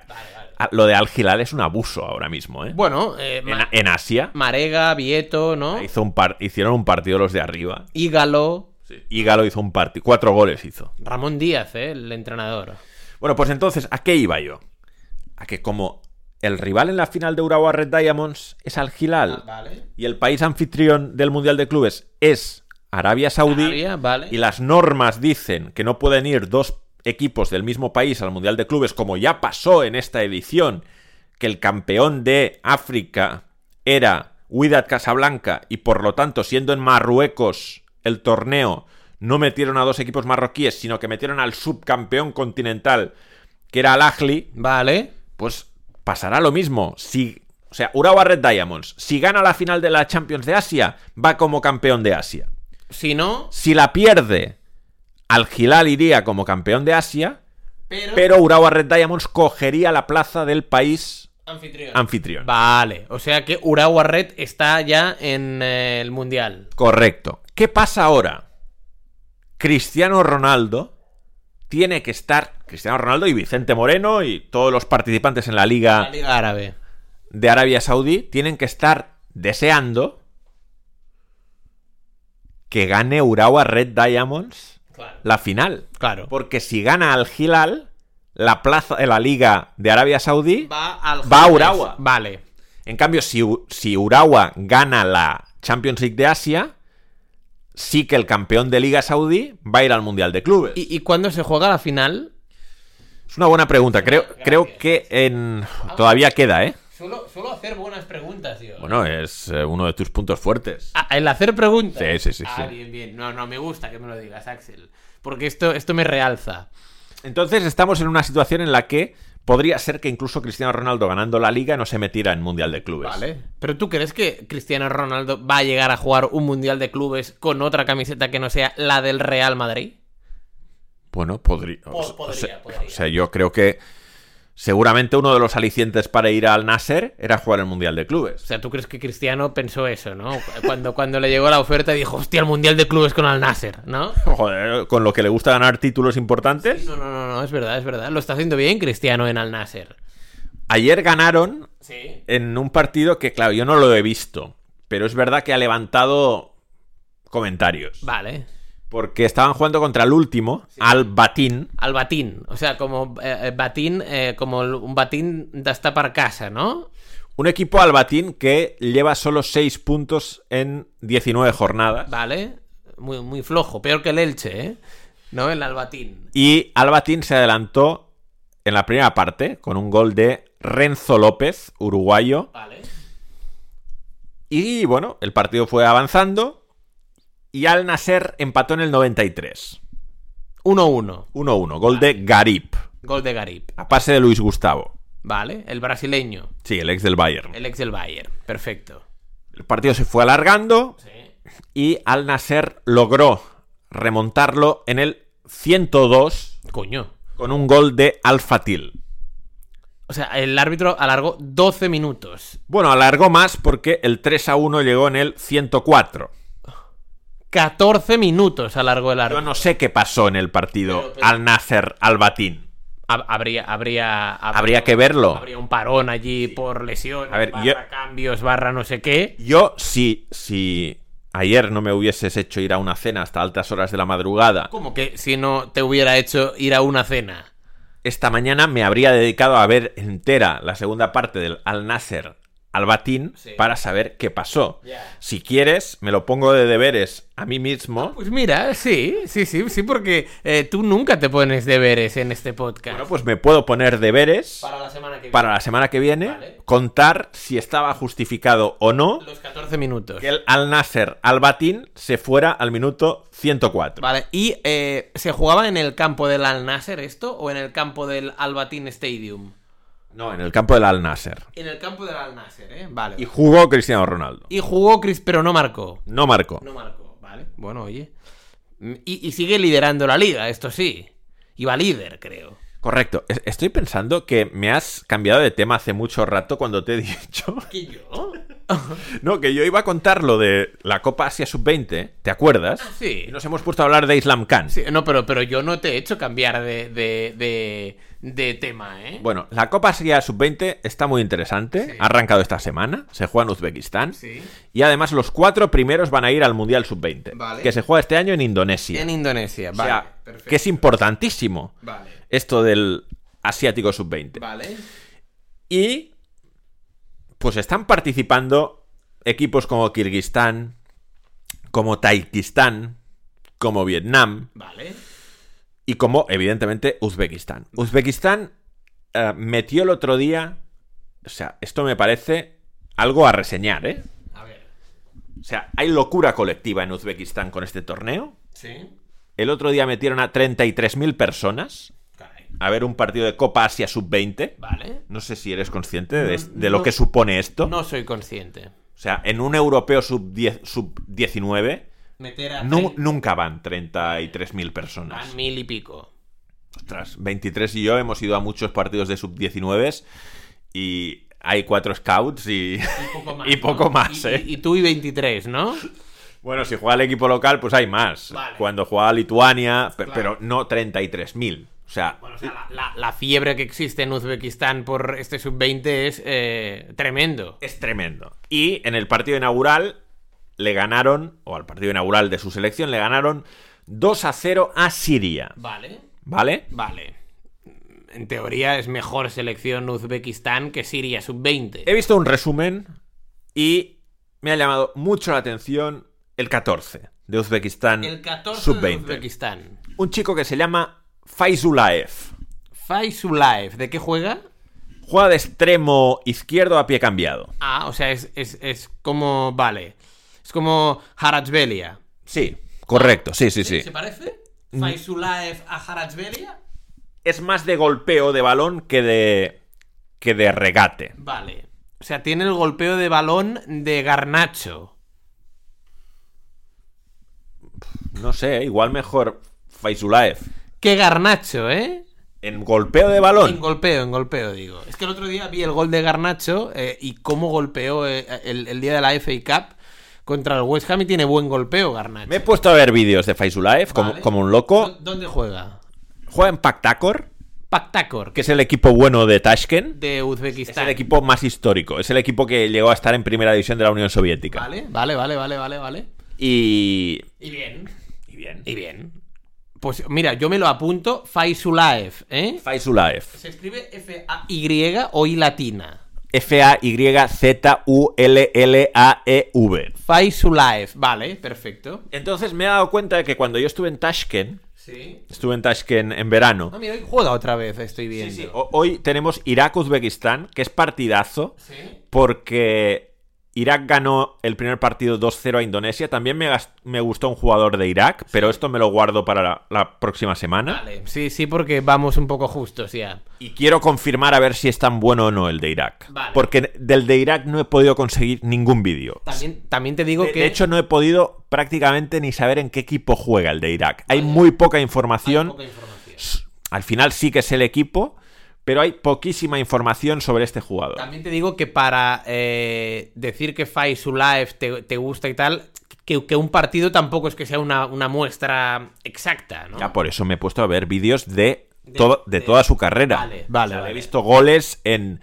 Speaker 1: a- lo de Al Hilal es un abuso ahora mismo, ¿eh?
Speaker 2: Bueno, eh,
Speaker 1: en,
Speaker 2: Ma-
Speaker 1: en Asia
Speaker 2: Marega, Vieto, ¿no?
Speaker 1: hizo un par- hicieron un partido los de arriba.
Speaker 2: Ígalo,
Speaker 1: Y Galo hizo un partido. Cuatro goles hizo.
Speaker 2: Ramón Díaz, ¿eh? El entrenador.
Speaker 1: Bueno, pues entonces, ¿a qué iba yo? A que como el rival en la final de Urawa Red Diamonds es Al Hilal
Speaker 2: Ah, Vale.
Speaker 1: y el país anfitrión del Mundial de Clubes es Arabia Saudí
Speaker 2: vale.
Speaker 1: y las normas dicen que no pueden ir dos equipos del mismo país al Mundial de Clubes, como ya pasó en esta edición, que el campeón de África era Wydad Casablanca y por lo tanto, siendo en Marruecos el torneo, no metieron a dos equipos marroquíes, sino que metieron al subcampeón continental, que era Al Ahly,
Speaker 2: Vale.
Speaker 1: pues pasará lo mismo. Si, o sea, Urawa Red Diamonds, si gana la final de la Champions de Asia, va como campeón de Asia.
Speaker 2: Si no,
Speaker 1: Si la pierde, Al Hilal iría como campeón de Asia,
Speaker 2: pero...
Speaker 1: pero Urawa Red Diamonds cogería la plaza del país
Speaker 2: Anfitrión.
Speaker 1: anfitrión.
Speaker 2: Vale, o sea que Urawa Red está ya en eh, el Mundial.
Speaker 1: Correcto. ¿Qué pasa ahora? Cristiano Ronaldo tiene que estar. Cristiano Ronaldo y Vicente Moreno y todos los participantes en la
Speaker 2: La
Speaker 1: Liga
Speaker 2: Liga Árabe.
Speaker 1: de Arabia Saudí tienen que estar deseando que gane Urawa Red Diamonds
Speaker 2: Claro. Pues
Speaker 1: la final.
Speaker 2: Claro.
Speaker 1: Porque si gana al Hilal, la plaza de la Liga de Arabia Saudí,
Speaker 2: Va al
Speaker 1: Va a
Speaker 2: Juárez.
Speaker 1: Urawa.
Speaker 2: Vale.
Speaker 1: En cambio, si, U- si Urawa gana la Champions League de Asia, sí que el campeón de Liga Saudí va a ir al Mundial de Clubes.
Speaker 2: ¿Y, y cuándo se juega la final?
Speaker 1: Es una buena pregunta. Creo, creo que en... todavía queda, ¿eh?
Speaker 2: Suelo, hacer buenas preguntas, tío.
Speaker 1: Bueno, es eh, uno de tus puntos fuertes.
Speaker 2: Ah, el hacer preguntas.
Speaker 1: Sí, sí, sí,
Speaker 2: Ah,
Speaker 1: sí.
Speaker 2: bien, bien. No, no, me gusta que me lo digas, Axel. Porque esto, esto me realza.
Speaker 1: Entonces estamos en una situación en la que podría ser que incluso Cristiano Ronaldo ganando la liga no se metiera en Mundial de Clubes.
Speaker 2: Vale. Pero ¿tú crees que Cristiano Ronaldo va a llegar a jugar un mundial de clubes con otra camiseta que no sea la del Real Madrid?
Speaker 1: Bueno, podría.
Speaker 2: Po- Pues podría,
Speaker 1: sea,
Speaker 2: podría.
Speaker 1: o sea, yo creo que seguramente uno de los alicientes para ir al Nasser era jugar el Mundial de
Speaker 2: O
Speaker 1: Clubes.
Speaker 2: sea, ¿tú crees que Cristiano pensó eso, no? Cuando, cuando le llegó la oferta dijo, hostia, el mundial de clubes con Al Nasser, ¿no?
Speaker 1: Joder, con lo que le gusta ganar títulos importantes.
Speaker 2: No, no, no, no, es verdad, es verdad. Lo está haciendo bien Cristiano en Al Nasser.
Speaker 1: Ayer ganaron
Speaker 2: Sí.
Speaker 1: en un partido que, claro, yo no lo he visto, pero es verdad que ha levantado comentarios.
Speaker 2: Vale.
Speaker 1: Porque estaban jugando contra el último, al Batín.
Speaker 2: Al batín. O sea, como eh, eh, batín, eh, como el- un batín de hasta para casa, ¿no?
Speaker 1: Un equipo al Batín que lleva solo 6 puntos en 19 jornadas.
Speaker 2: Vale. Muy, muy flojo. Peor que el Elche, ¿eh? ¿No? El albatín.
Speaker 1: Y Albatín se adelantó en la primera parte con un gol de Renzo López, uruguayo.
Speaker 2: Vale.
Speaker 1: Y bueno, el partido fue avanzando y Al Nasser empató en el 93.
Speaker 2: 1-1.
Speaker 1: 1-1, gol de Garip,
Speaker 2: Gol de Garib.
Speaker 1: a pase de Luis Gustavo.
Speaker 2: Vale. El brasileño.
Speaker 1: Sí, el ex del Bayern.
Speaker 2: El ex del Bayern. Perfecto.
Speaker 1: El partido se fue alargando
Speaker 2: Sí.
Speaker 1: y Al Nasser logró remontarlo en el 102
Speaker 2: Coño.
Speaker 1: con un gol de Al Fatil.
Speaker 2: O sea, el árbitro alargó 12 minutos.
Speaker 1: Bueno, alargó más porque el 3 1 llegó en el 104.
Speaker 2: 14 minutos alargó el
Speaker 1: Yo
Speaker 2: árbitro.
Speaker 1: no sé qué pasó en el partido
Speaker 2: Pero, pero-
Speaker 1: al Nasser al Batín.
Speaker 2: Hab- Habría, habría, habría,
Speaker 1: Habría que verlo.
Speaker 2: Habría un parón allí por lesiones,
Speaker 1: A ver,
Speaker 2: barra
Speaker 1: yo-
Speaker 2: cambios, barra no sé qué.
Speaker 1: Yo, si, si ayer no me hubieses hecho ir a una cena hasta altas horas de la madrugada,
Speaker 2: Como que si no te hubiera hecho ir a una cena.
Speaker 1: esta mañana me habría dedicado a ver entera la segunda parte del al Nasser al Batín
Speaker 2: Sí.
Speaker 1: para saber qué pasó.
Speaker 2: Ya.
Speaker 1: Si quieres, me lo pongo de deberes a mí mismo.
Speaker 2: Pues mira, sí, sí, sí, sí, porque eh, tú nunca te pones deberes en este podcast.
Speaker 1: Bueno, pues me puedo poner deberes
Speaker 2: para la semana que
Speaker 1: para la semana que viene,
Speaker 2: Vale.
Speaker 1: contar si estaba justificado o no
Speaker 2: Los 14 minutos.
Speaker 1: que el Al Nasser Al Batín se fuera al minuto 104.
Speaker 2: Vale, ¿y eh, se jugaba en el campo del Al Nasser esto o en el campo del Al Batin Stadium?
Speaker 1: No, en el campo del Al Nasser.
Speaker 2: En el campo del Al Nasser, ¿eh? Vale.
Speaker 1: Y jugó Cristiano Ronaldo.
Speaker 2: Y jugó Chris, pero no marcó.
Speaker 1: No marcó.
Speaker 2: No marcó, vale. Bueno, oye. Mm, Y, y sigue liderando la liga, esto sí. Y va líder, creo.
Speaker 1: Correcto. Es- Estoy pensando que me has cambiado de tema hace mucho rato cuando te he dicho.
Speaker 2: ¿Que yo?
Speaker 1: No, que yo iba a contar lo de la Copa Asia Sub-20, ¿te acuerdas?
Speaker 2: Ah, sí.
Speaker 1: Y nos hemos puesto a hablar de Islam Khan.
Speaker 2: Sí, no, pero, pero yo no te he hecho cambiar de, de, de, de tema, ¿eh?
Speaker 1: Bueno, la Copa Asia Sub-20 está muy interesante.
Speaker 2: Sí.
Speaker 1: Ha arrancado esta semana. Se juega en Uzbekistán.
Speaker 2: Sí.
Speaker 1: Y además los cuatro primeros van a ir al Mundial Sub-20.
Speaker 2: Vale.
Speaker 1: Que se juega este año en Indonesia.
Speaker 2: En Indonesia,
Speaker 1: O
Speaker 2: vale.
Speaker 1: sea, que es importantísimo
Speaker 2: Vale,
Speaker 1: esto del asiático sub-20.
Speaker 2: vale.
Speaker 1: Y pues están participando equipos como Kirguistán, como Tayikistán, como Vietnam
Speaker 2: Vale.
Speaker 1: y como evidentemente Uzbekistán. Uzbekistán eh, metió el otro día, o sea, esto me parece algo a reseñar, ¿eh?
Speaker 2: A ver.
Speaker 1: O sea, hay locura colectiva en Uzbekistán con este torneo.
Speaker 2: Sí.
Speaker 1: El otro día metieron a 33.000 personas
Speaker 2: Caray.
Speaker 1: a ver un partido de Copa Asia Sub-20.
Speaker 2: Vale.
Speaker 1: No sé si eres consciente de, es- de
Speaker 2: no.
Speaker 1: lo que supone esto.
Speaker 2: No soy consciente.
Speaker 1: O sea, en un europeo sub-10 sub-19
Speaker 2: Meter a
Speaker 1: nu-
Speaker 2: tres-
Speaker 1: nunca van 33.000 personas.
Speaker 2: Van mil y pico.
Speaker 1: Ostras, 23 y yo hemos ido a muchos partidos de sub-19 y hay cuatro scouts y...
Speaker 2: Y poco más.
Speaker 1: Y poco
Speaker 2: ¿no?
Speaker 1: más,
Speaker 2: Y-
Speaker 1: ¿eh?
Speaker 2: y- y tú y 23, ¿no?
Speaker 1: Bueno, si juega el equipo local, pues hay más.
Speaker 2: Vale.
Speaker 1: Cuando juega Lituania, pe-
Speaker 2: Claro.
Speaker 1: pero no 33.000. O sea,
Speaker 2: Bueno, o sea, la, la- la fiebre que existe en Uzbekistán por este sub-20 es eh, tremendo.
Speaker 1: Es tremendo. Y en el partido inaugural le ganaron, o al partido inaugural de su selección, le ganaron 2 a 0 a Siria.
Speaker 2: Vale,
Speaker 1: ¿Vale?
Speaker 2: vale. en teoría es mejor selección Uzbekistán que Siria sub-20.
Speaker 1: He visto un resumen y me ha llamado mucho la atención el 14 de Uzbekistán
Speaker 2: El 14 de
Speaker 1: sub-20.
Speaker 2: Uzbekistán.
Speaker 1: Un chico que se llama Faizulaev.
Speaker 2: Faizulaev, ¿de qué juega?
Speaker 1: Juega de extremo izquierdo a pie cambiado.
Speaker 2: Ah, o sea, es, es, es como... Vale. Es como Harajbelia.
Speaker 1: Sí, correcto, sí, sí, sí.
Speaker 2: ¿Se parece? Faizulaev a Harajbelia.
Speaker 1: Es más de golpeo de balón que de que de regate.
Speaker 2: Vale. O sea, tiene el golpeo de balón de Garnacho.
Speaker 1: No sé, igual mejor Faizulaev
Speaker 2: ¡Qué Garnacho, eh!
Speaker 1: en golpeo de
Speaker 2: En
Speaker 1: balón.
Speaker 2: golpeo, en golpeo, digo. Es que el otro día vi el gol de Garnacho eh, y cómo golpeó eh, el, el día de la FA Cup contra el West Ham y tiene buen golpeo Garnacho.
Speaker 1: Me he puesto a ver vídeos de Faizulaev como,
Speaker 2: Vale.
Speaker 1: como un loco.
Speaker 2: ¿Dó- ¿Dónde juega?
Speaker 1: Juega en Paktakor,
Speaker 2: Paktakor,
Speaker 1: que
Speaker 2: que
Speaker 1: es el equipo bueno de Tashkent.
Speaker 2: de
Speaker 1: Es
Speaker 2: Uzbekistán.
Speaker 1: el equipo más histórico. Es el equipo que llegó a estar en primera división de la Unión Soviética.
Speaker 2: Vale, vale, vale, vale, vale, vale.
Speaker 1: Y.
Speaker 2: Y bien.
Speaker 1: Y bien.
Speaker 2: Y bien. Pues mira, yo me lo apunto Faisulaev, ¿eh?
Speaker 1: Faizulaev.
Speaker 2: Se escribe F-A-Y o I latina.
Speaker 1: F-A-Y-Z-U-L-L-A-E-V.
Speaker 2: Faisulaev, vale, perfecto.
Speaker 1: Entonces me he dado cuenta de que cuando yo estuve en Tashkent,
Speaker 2: Sí.
Speaker 1: estuve en Tashkent en verano.
Speaker 2: Ah, mira, hoy juega otra vez, estoy viendo.
Speaker 1: Sí, o- Hoy tenemos Irak-Uzbekistán, que es partidazo,
Speaker 2: Sí.
Speaker 1: porque Irak ganó el primer partido 2-0 a Indonesia. También me, gas- me gustó un jugador de Irak, pero esto me lo guardo para la, la próxima semana.
Speaker 2: Vale, ¿Eh? sí, sí, porque vamos un poco justos ya.
Speaker 1: Y quiero confirmar a ver si es tan bueno o no el de Irak.
Speaker 2: Vale.
Speaker 1: Porque del de Irak no he podido conseguir ningún vídeo.
Speaker 2: También, también te digo
Speaker 1: De,
Speaker 2: que
Speaker 1: de hecho, no he podido prácticamente ni saber en qué equipo juega el de Irak. Hay muy poca
Speaker 2: hay
Speaker 1: información.
Speaker 2: poca información.
Speaker 1: Al final sí que es el equipo, pero hay poquísima información sobre este jugador.
Speaker 2: También te digo que para eh, decir que Faisulaev te, te gusta y tal, que, que un partido tampoco es que sea una, una muestra exacta, ¿no?
Speaker 1: Ya por eso me he puesto a ver vídeos de,
Speaker 2: De-
Speaker 1: todo- de
Speaker 2: de-
Speaker 1: toda su carrera.
Speaker 2: Vale,
Speaker 1: O
Speaker 2: vale,
Speaker 1: sea,
Speaker 2: vale.
Speaker 1: He visto goles en.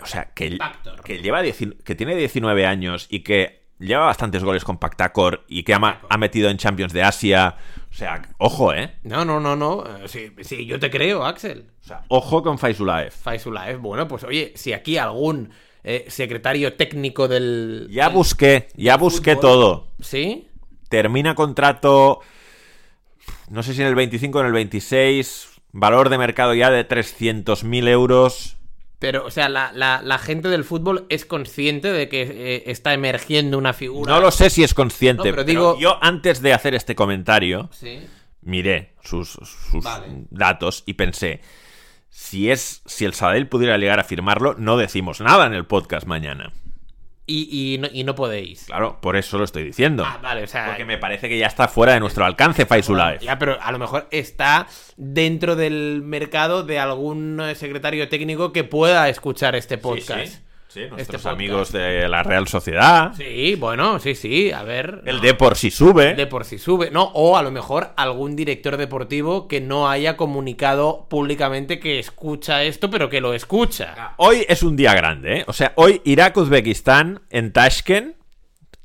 Speaker 1: O sea, que,
Speaker 2: Pactor.
Speaker 1: que lleva 19 que tiene 19 años y que lleva bastantes goles con Pactacor y que ha, ma- ha metido en Champions de Asia. O sea, ojo, ¿eh?
Speaker 2: No, no, no, no. eh, Sí, sí, yo te creo, Axel.
Speaker 1: O sea, ojo con Faisulaev.
Speaker 2: Faisulaev, bueno, pues oye, si aquí algún eh, secretario técnico del.
Speaker 1: Ya busqué, ya busqué
Speaker 2: fútbol.
Speaker 1: todo.
Speaker 2: ¿Sí?
Speaker 1: Termina contrato, no sé si en el 25 o en el 26, valor de mercado ya de 300.000 euros.
Speaker 2: Pero, o sea, la, la- la gente del fútbol es consciente de que eh, está emergiendo una figura.
Speaker 1: No lo sé si es consciente,
Speaker 2: No,
Speaker 1: pero,
Speaker 2: pero digo-
Speaker 1: yo antes de hacer este comentario
Speaker 2: Sí.
Speaker 1: miré sus, sus
Speaker 2: Vale.
Speaker 1: datos y pensé, si, es, si el Sadel pudiera llegar a firmarlo, no decimos nada en el podcast mañana.
Speaker 2: Y, y no, y no podéis.
Speaker 1: Claro, por eso lo estoy diciendo.
Speaker 2: Ah, vale, o sea.
Speaker 1: Porque me parece que ya está fuera de nuestro alcance Faisulaev.
Speaker 2: Ya, pero a lo mejor está dentro del mercado de algún eh, secretario técnico que pueda escuchar este podcast.
Speaker 1: Sí,
Speaker 2: Sí,
Speaker 1: sí. Sí, nuestros
Speaker 2: podcast.
Speaker 1: amigos de la Real Sociedad.
Speaker 2: bueno, sí, sí, a ver.
Speaker 1: El
Speaker 2: no,
Speaker 1: de por si sube.
Speaker 2: de por si sube, ¿no? O a lo mejor algún director deportivo que no haya comunicado públicamente que escucha esto, pero que lo escucha.
Speaker 1: Hoy es un día grande, ¿eh? O sea, hoy Irak-Uzbekistán en Tashkent.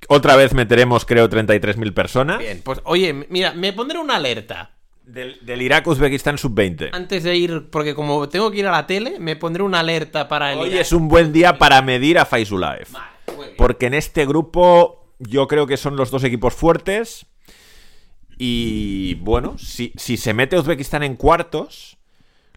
Speaker 1: Otra vez meteremos, creo, 33.000 personas.
Speaker 2: Bien, pues oye, m- mira, me pondré una alerta.
Speaker 1: Del, del Irak-Uzbekistán sub-20.
Speaker 2: Antes de ir, porque como tengo que ir a la tele, me pondré una alerta para el...
Speaker 1: Hoy
Speaker 2: Irak.
Speaker 1: es un buen día para medir a Faisulaev.
Speaker 2: Vale, muy bien.
Speaker 1: Porque en este grupo yo creo que son los dos equipos fuertes. Y bueno, si, si se mete Uzbekistán en cuartos,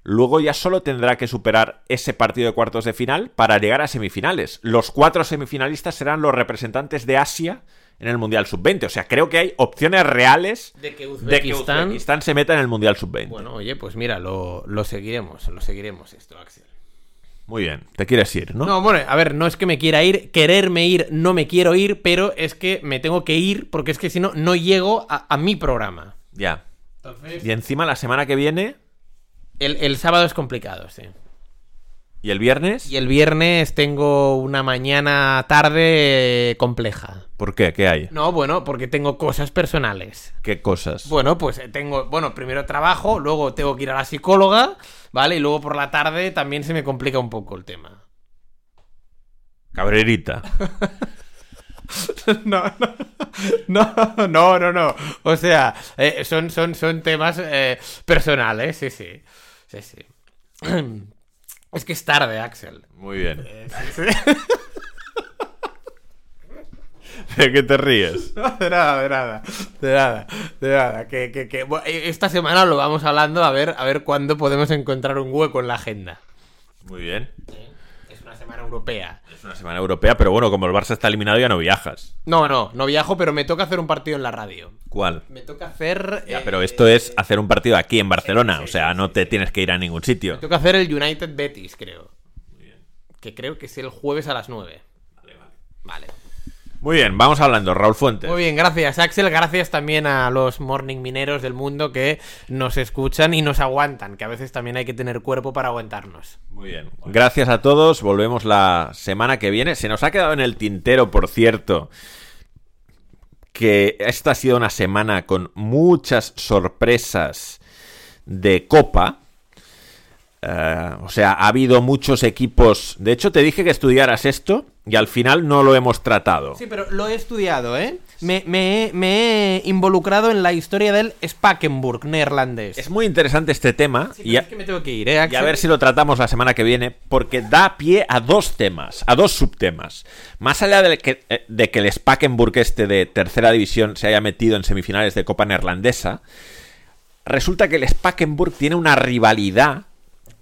Speaker 1: luego ya solo tendrá que superar ese partido de cuartos de final para llegar a semifinales. Los cuatro semifinalistas serán los representantes de Asia en el Mundial Sub-20. O sea, creo que hay opciones reales
Speaker 2: De
Speaker 1: de
Speaker 2: que
Speaker 1: que
Speaker 2: Uzbekistán...
Speaker 1: Uzbekistán se meta en el Mundial Sub-20.
Speaker 2: Bueno, oye, pues mira, lo, lo seguiremos, lo seguiremos esto, Axel.
Speaker 1: Muy bien, te quieres ir, ¿no?
Speaker 2: No, bueno, a ver, no es que me quiera ir, quererme ir, no me quiero ir, pero es que me tengo que ir porque es que si no, no llego a, a mi programa.
Speaker 1: Ya. Y encima la semana que viene
Speaker 2: El, el sábado es complicado, sí.
Speaker 1: y el viernes.
Speaker 2: Y el viernes tengo una mañana tarde eh, compleja.
Speaker 1: ¿Por qué? ¿Qué hay?
Speaker 2: No, bueno, porque tengo cosas personales.
Speaker 1: ¿Qué cosas?
Speaker 2: Bueno, pues eh, tengo, bueno, primero trabajo, luego tengo que ir a la psicóloga, ¿vale? Y luego por la tarde también se me complica un poco el tema.
Speaker 1: Cabrerita.
Speaker 2: No, no, no, no, no, no. O sea, eh, son, son, son temas eh, personales, sí, sí. Sí, sí. Es que es tarde, Axel. Eh,
Speaker 1: Muy bien. ¿De qué te ríes?
Speaker 2: No, de nada, de nada, de nada, de nada. Que, que, que... Bueno, esta semana lo vamos hablando a ver, a ver cuándo podemos encontrar un hueco en la agenda.
Speaker 1: Muy bien.
Speaker 2: Es una semana europea.
Speaker 1: Es una semana europea, pero bueno, como el Barça está eliminado ya no viajas.
Speaker 2: No, no, no viajo, pero me toca hacer un partido en la radio.
Speaker 1: ¿Cuál?
Speaker 2: Me toca hacer.
Speaker 1: Ya,
Speaker 2: eh,
Speaker 1: pero esto es hacer un partido aquí en Barcelona, o sea, no te tienes que ir a ningún sitio.
Speaker 2: Me toca hacer el United Betis, creo. Que creo que es el jueves a las 9. Vale.
Speaker 1: Muy bien, vamos hablando, Raúl Fuentes.
Speaker 2: Muy bien, gracias Axel, gracias también a los morning mineros del mundo que nos escuchan y nos aguantan, que a veces también hay que tener cuerpo para aguantarnos.
Speaker 1: Muy bien. Gracias a todos, volvemos la semana que viene. Se nos ha quedado en el tintero, por cierto, que esta ha sido una semana con muchas sorpresas de copa. Eh, o sea, ha habido muchos equipos. De hecho, te dije que estudiaras esto y al final no lo hemos tratado.
Speaker 2: Sí, pero lo he estudiado, ¿eh? Me, me he- me he involucrado en la historia del Spakenburg neerlandés.
Speaker 1: Es muy interesante este tema
Speaker 2: Sí, pero
Speaker 1: y, a,
Speaker 2: es que me tengo que ir, ¿eh, Axel?
Speaker 1: y a ver si lo tratamos la semana que viene porque da pie a dos temas, a dos subtemas. Más allá de que, eh, de que el Spakenburg este de tercera división se haya metido en semifinales de Copa Neerlandesa, resulta que el Spakenburg tiene una rivalidad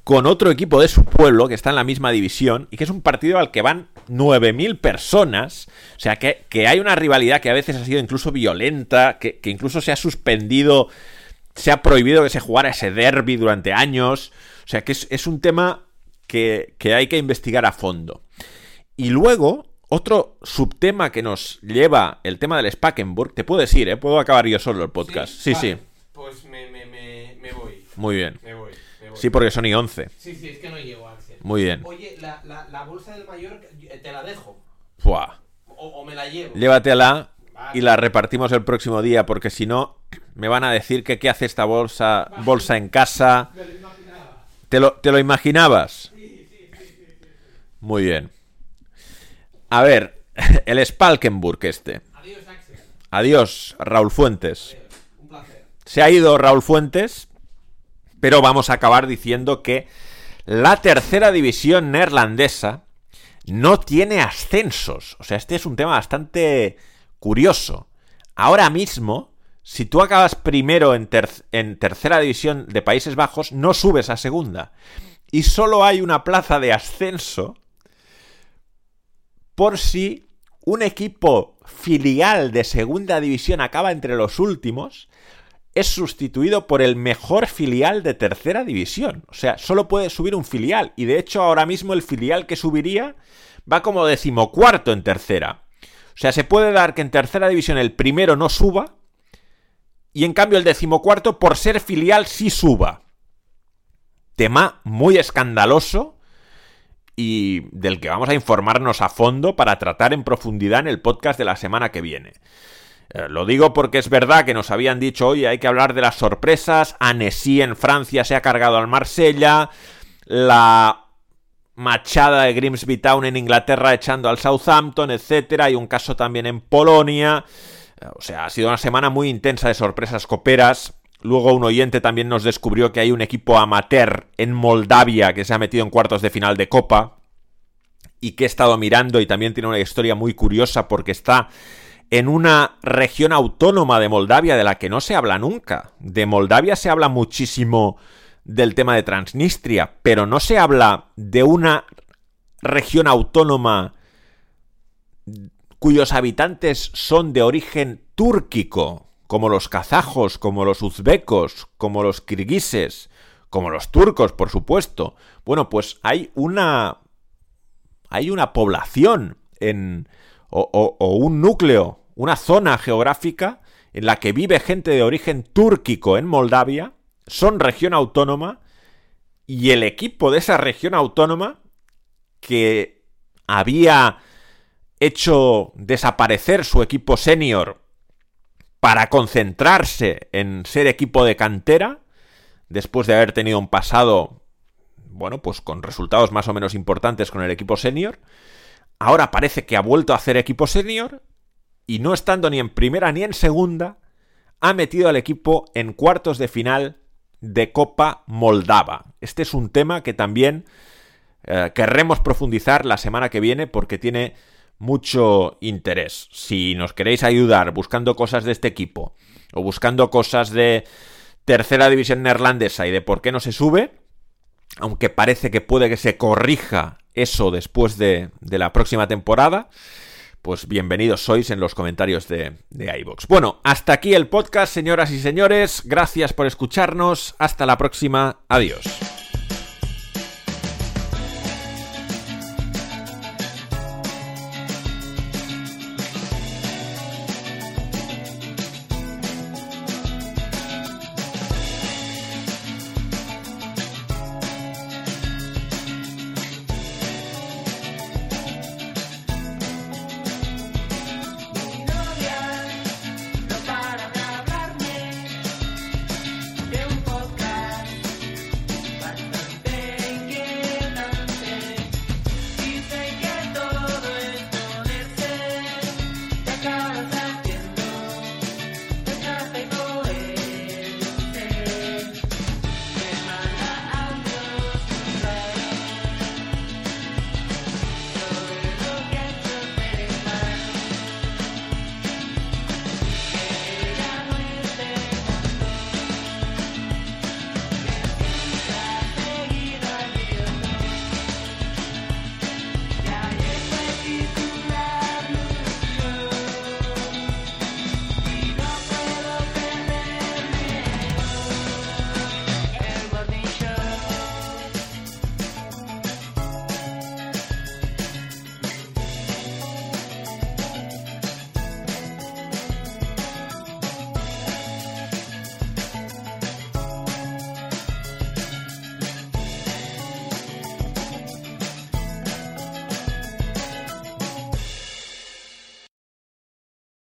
Speaker 1: con otro equipo de su pueblo que está en la misma división y que es un partido al que van 9.000 personas. O sea, que, que hay una rivalidad que a veces ha sido incluso violenta, que, que incluso se ha suspendido, se ha prohibido que se jugara ese derby durante años. O sea, que es, es un tema que, que hay que investigar a fondo. Y luego, otro subtema que nos lleva el tema del Spakenburg, te puedo decir, ¿eh? puedo acabar yo solo el podcast. Sí, sí.
Speaker 2: Vale, Pues me, me, me, me voy,
Speaker 1: Muy bien.
Speaker 2: me voy, me voy.
Speaker 1: Sí, porque son y 11.
Speaker 2: sí, sí, es que no llego, Axel.
Speaker 1: Muy bien.
Speaker 2: Oye, la, la, la bolsa del Mallorca, eh, te la dejo.
Speaker 1: Buah.
Speaker 2: O, o me la llevo.
Speaker 1: Llévatela y la repartimos el próximo día, porque si no, me van a decir que qué hace esta bolsa, bolsa en casa. ¿Te lo, te lo imaginabas? Muy bien. A ver, el Spalkenburg este.
Speaker 2: Adiós, Axel.
Speaker 1: Adiós, Raúl Fuentes.
Speaker 2: Un placer.
Speaker 1: Se ha ido Raúl Fuentes, pero vamos a acabar diciendo que la tercera división neerlandesa no tiene ascensos. O sea, este es un tema bastante curioso. Ahora mismo, si tú acabas primero en, ter- en tercera división de Países Bajos, no subes a segunda. Y solo hay una plaza de ascenso por si un equipo filial de segunda división acaba entre los últimos es sustituido por el mejor filial de tercera división. O sea, solo puede subir un filial. Y de hecho, ahora mismo el filial que subiría va como decimocuarto en tercera. O sea, se puede dar que en tercera división el primero no suba. Y en cambio el decimocuarto, por ser filial, sí suba. Tema muy escandaloso y del que vamos a informarnos a fondo para tratar en profundidad en el podcast de la semana que viene. Eh, Lo digo porque es verdad que nos habían dicho, oye, hay que hablar de las sorpresas. Annecy en Francia se ha cargado al Marsella. La machada de Grimsby Town en Inglaterra echando al Southampton, etcétera. Hay un caso también en Polonia. Eh, O sea, ha sido una semana muy intensa de sorpresas coperas. Luego un oyente también nos descubrió que hay un equipo amateur en Moldavia que se ha metido en cuartos de final de Copa y que he estado mirando y también tiene una historia muy curiosa porque está en una región autónoma de Moldavia de la que no se habla nunca. De Moldavia se habla muchísimo del tema de Transnistria, pero no se habla de una región autónoma cuyos habitantes son de origen túrquico, como los kazajos, como los uzbecos, como los kirguises, como los turcos, por supuesto. Bueno, pues hay una hay una población en, o, o- o un núcleo, una zona geográfica en la que vive gente de origen túrquico en Moldavia, son región autónoma, y el equipo de esa región autónoma que había hecho desaparecer su equipo senior para concentrarse en ser equipo de cantera, después de haber tenido un pasado bueno, pues con resultados más o menos importantes con el equipo senior. Ahora parece que ha vuelto a hacer equipo senior y no estando ni en primera ni en segunda, ha metido al equipo en cuartos de final de Copa Moldava. Este es un tema que también eh, querremos profundizar la semana que viene porque tiene mucho interés. Si nos queréis ayudar buscando cosas de este equipo o buscando cosas de tercera división neerlandesa y de por qué no se sube, aunque parece que puede que se corrija eso después de, de la próxima temporada, pues bienvenidos sois en los comentarios de, de iVoox. Bueno, hasta aquí el podcast, señoras y señores. Gracias por escucharnos. Hasta la próxima. Adiós.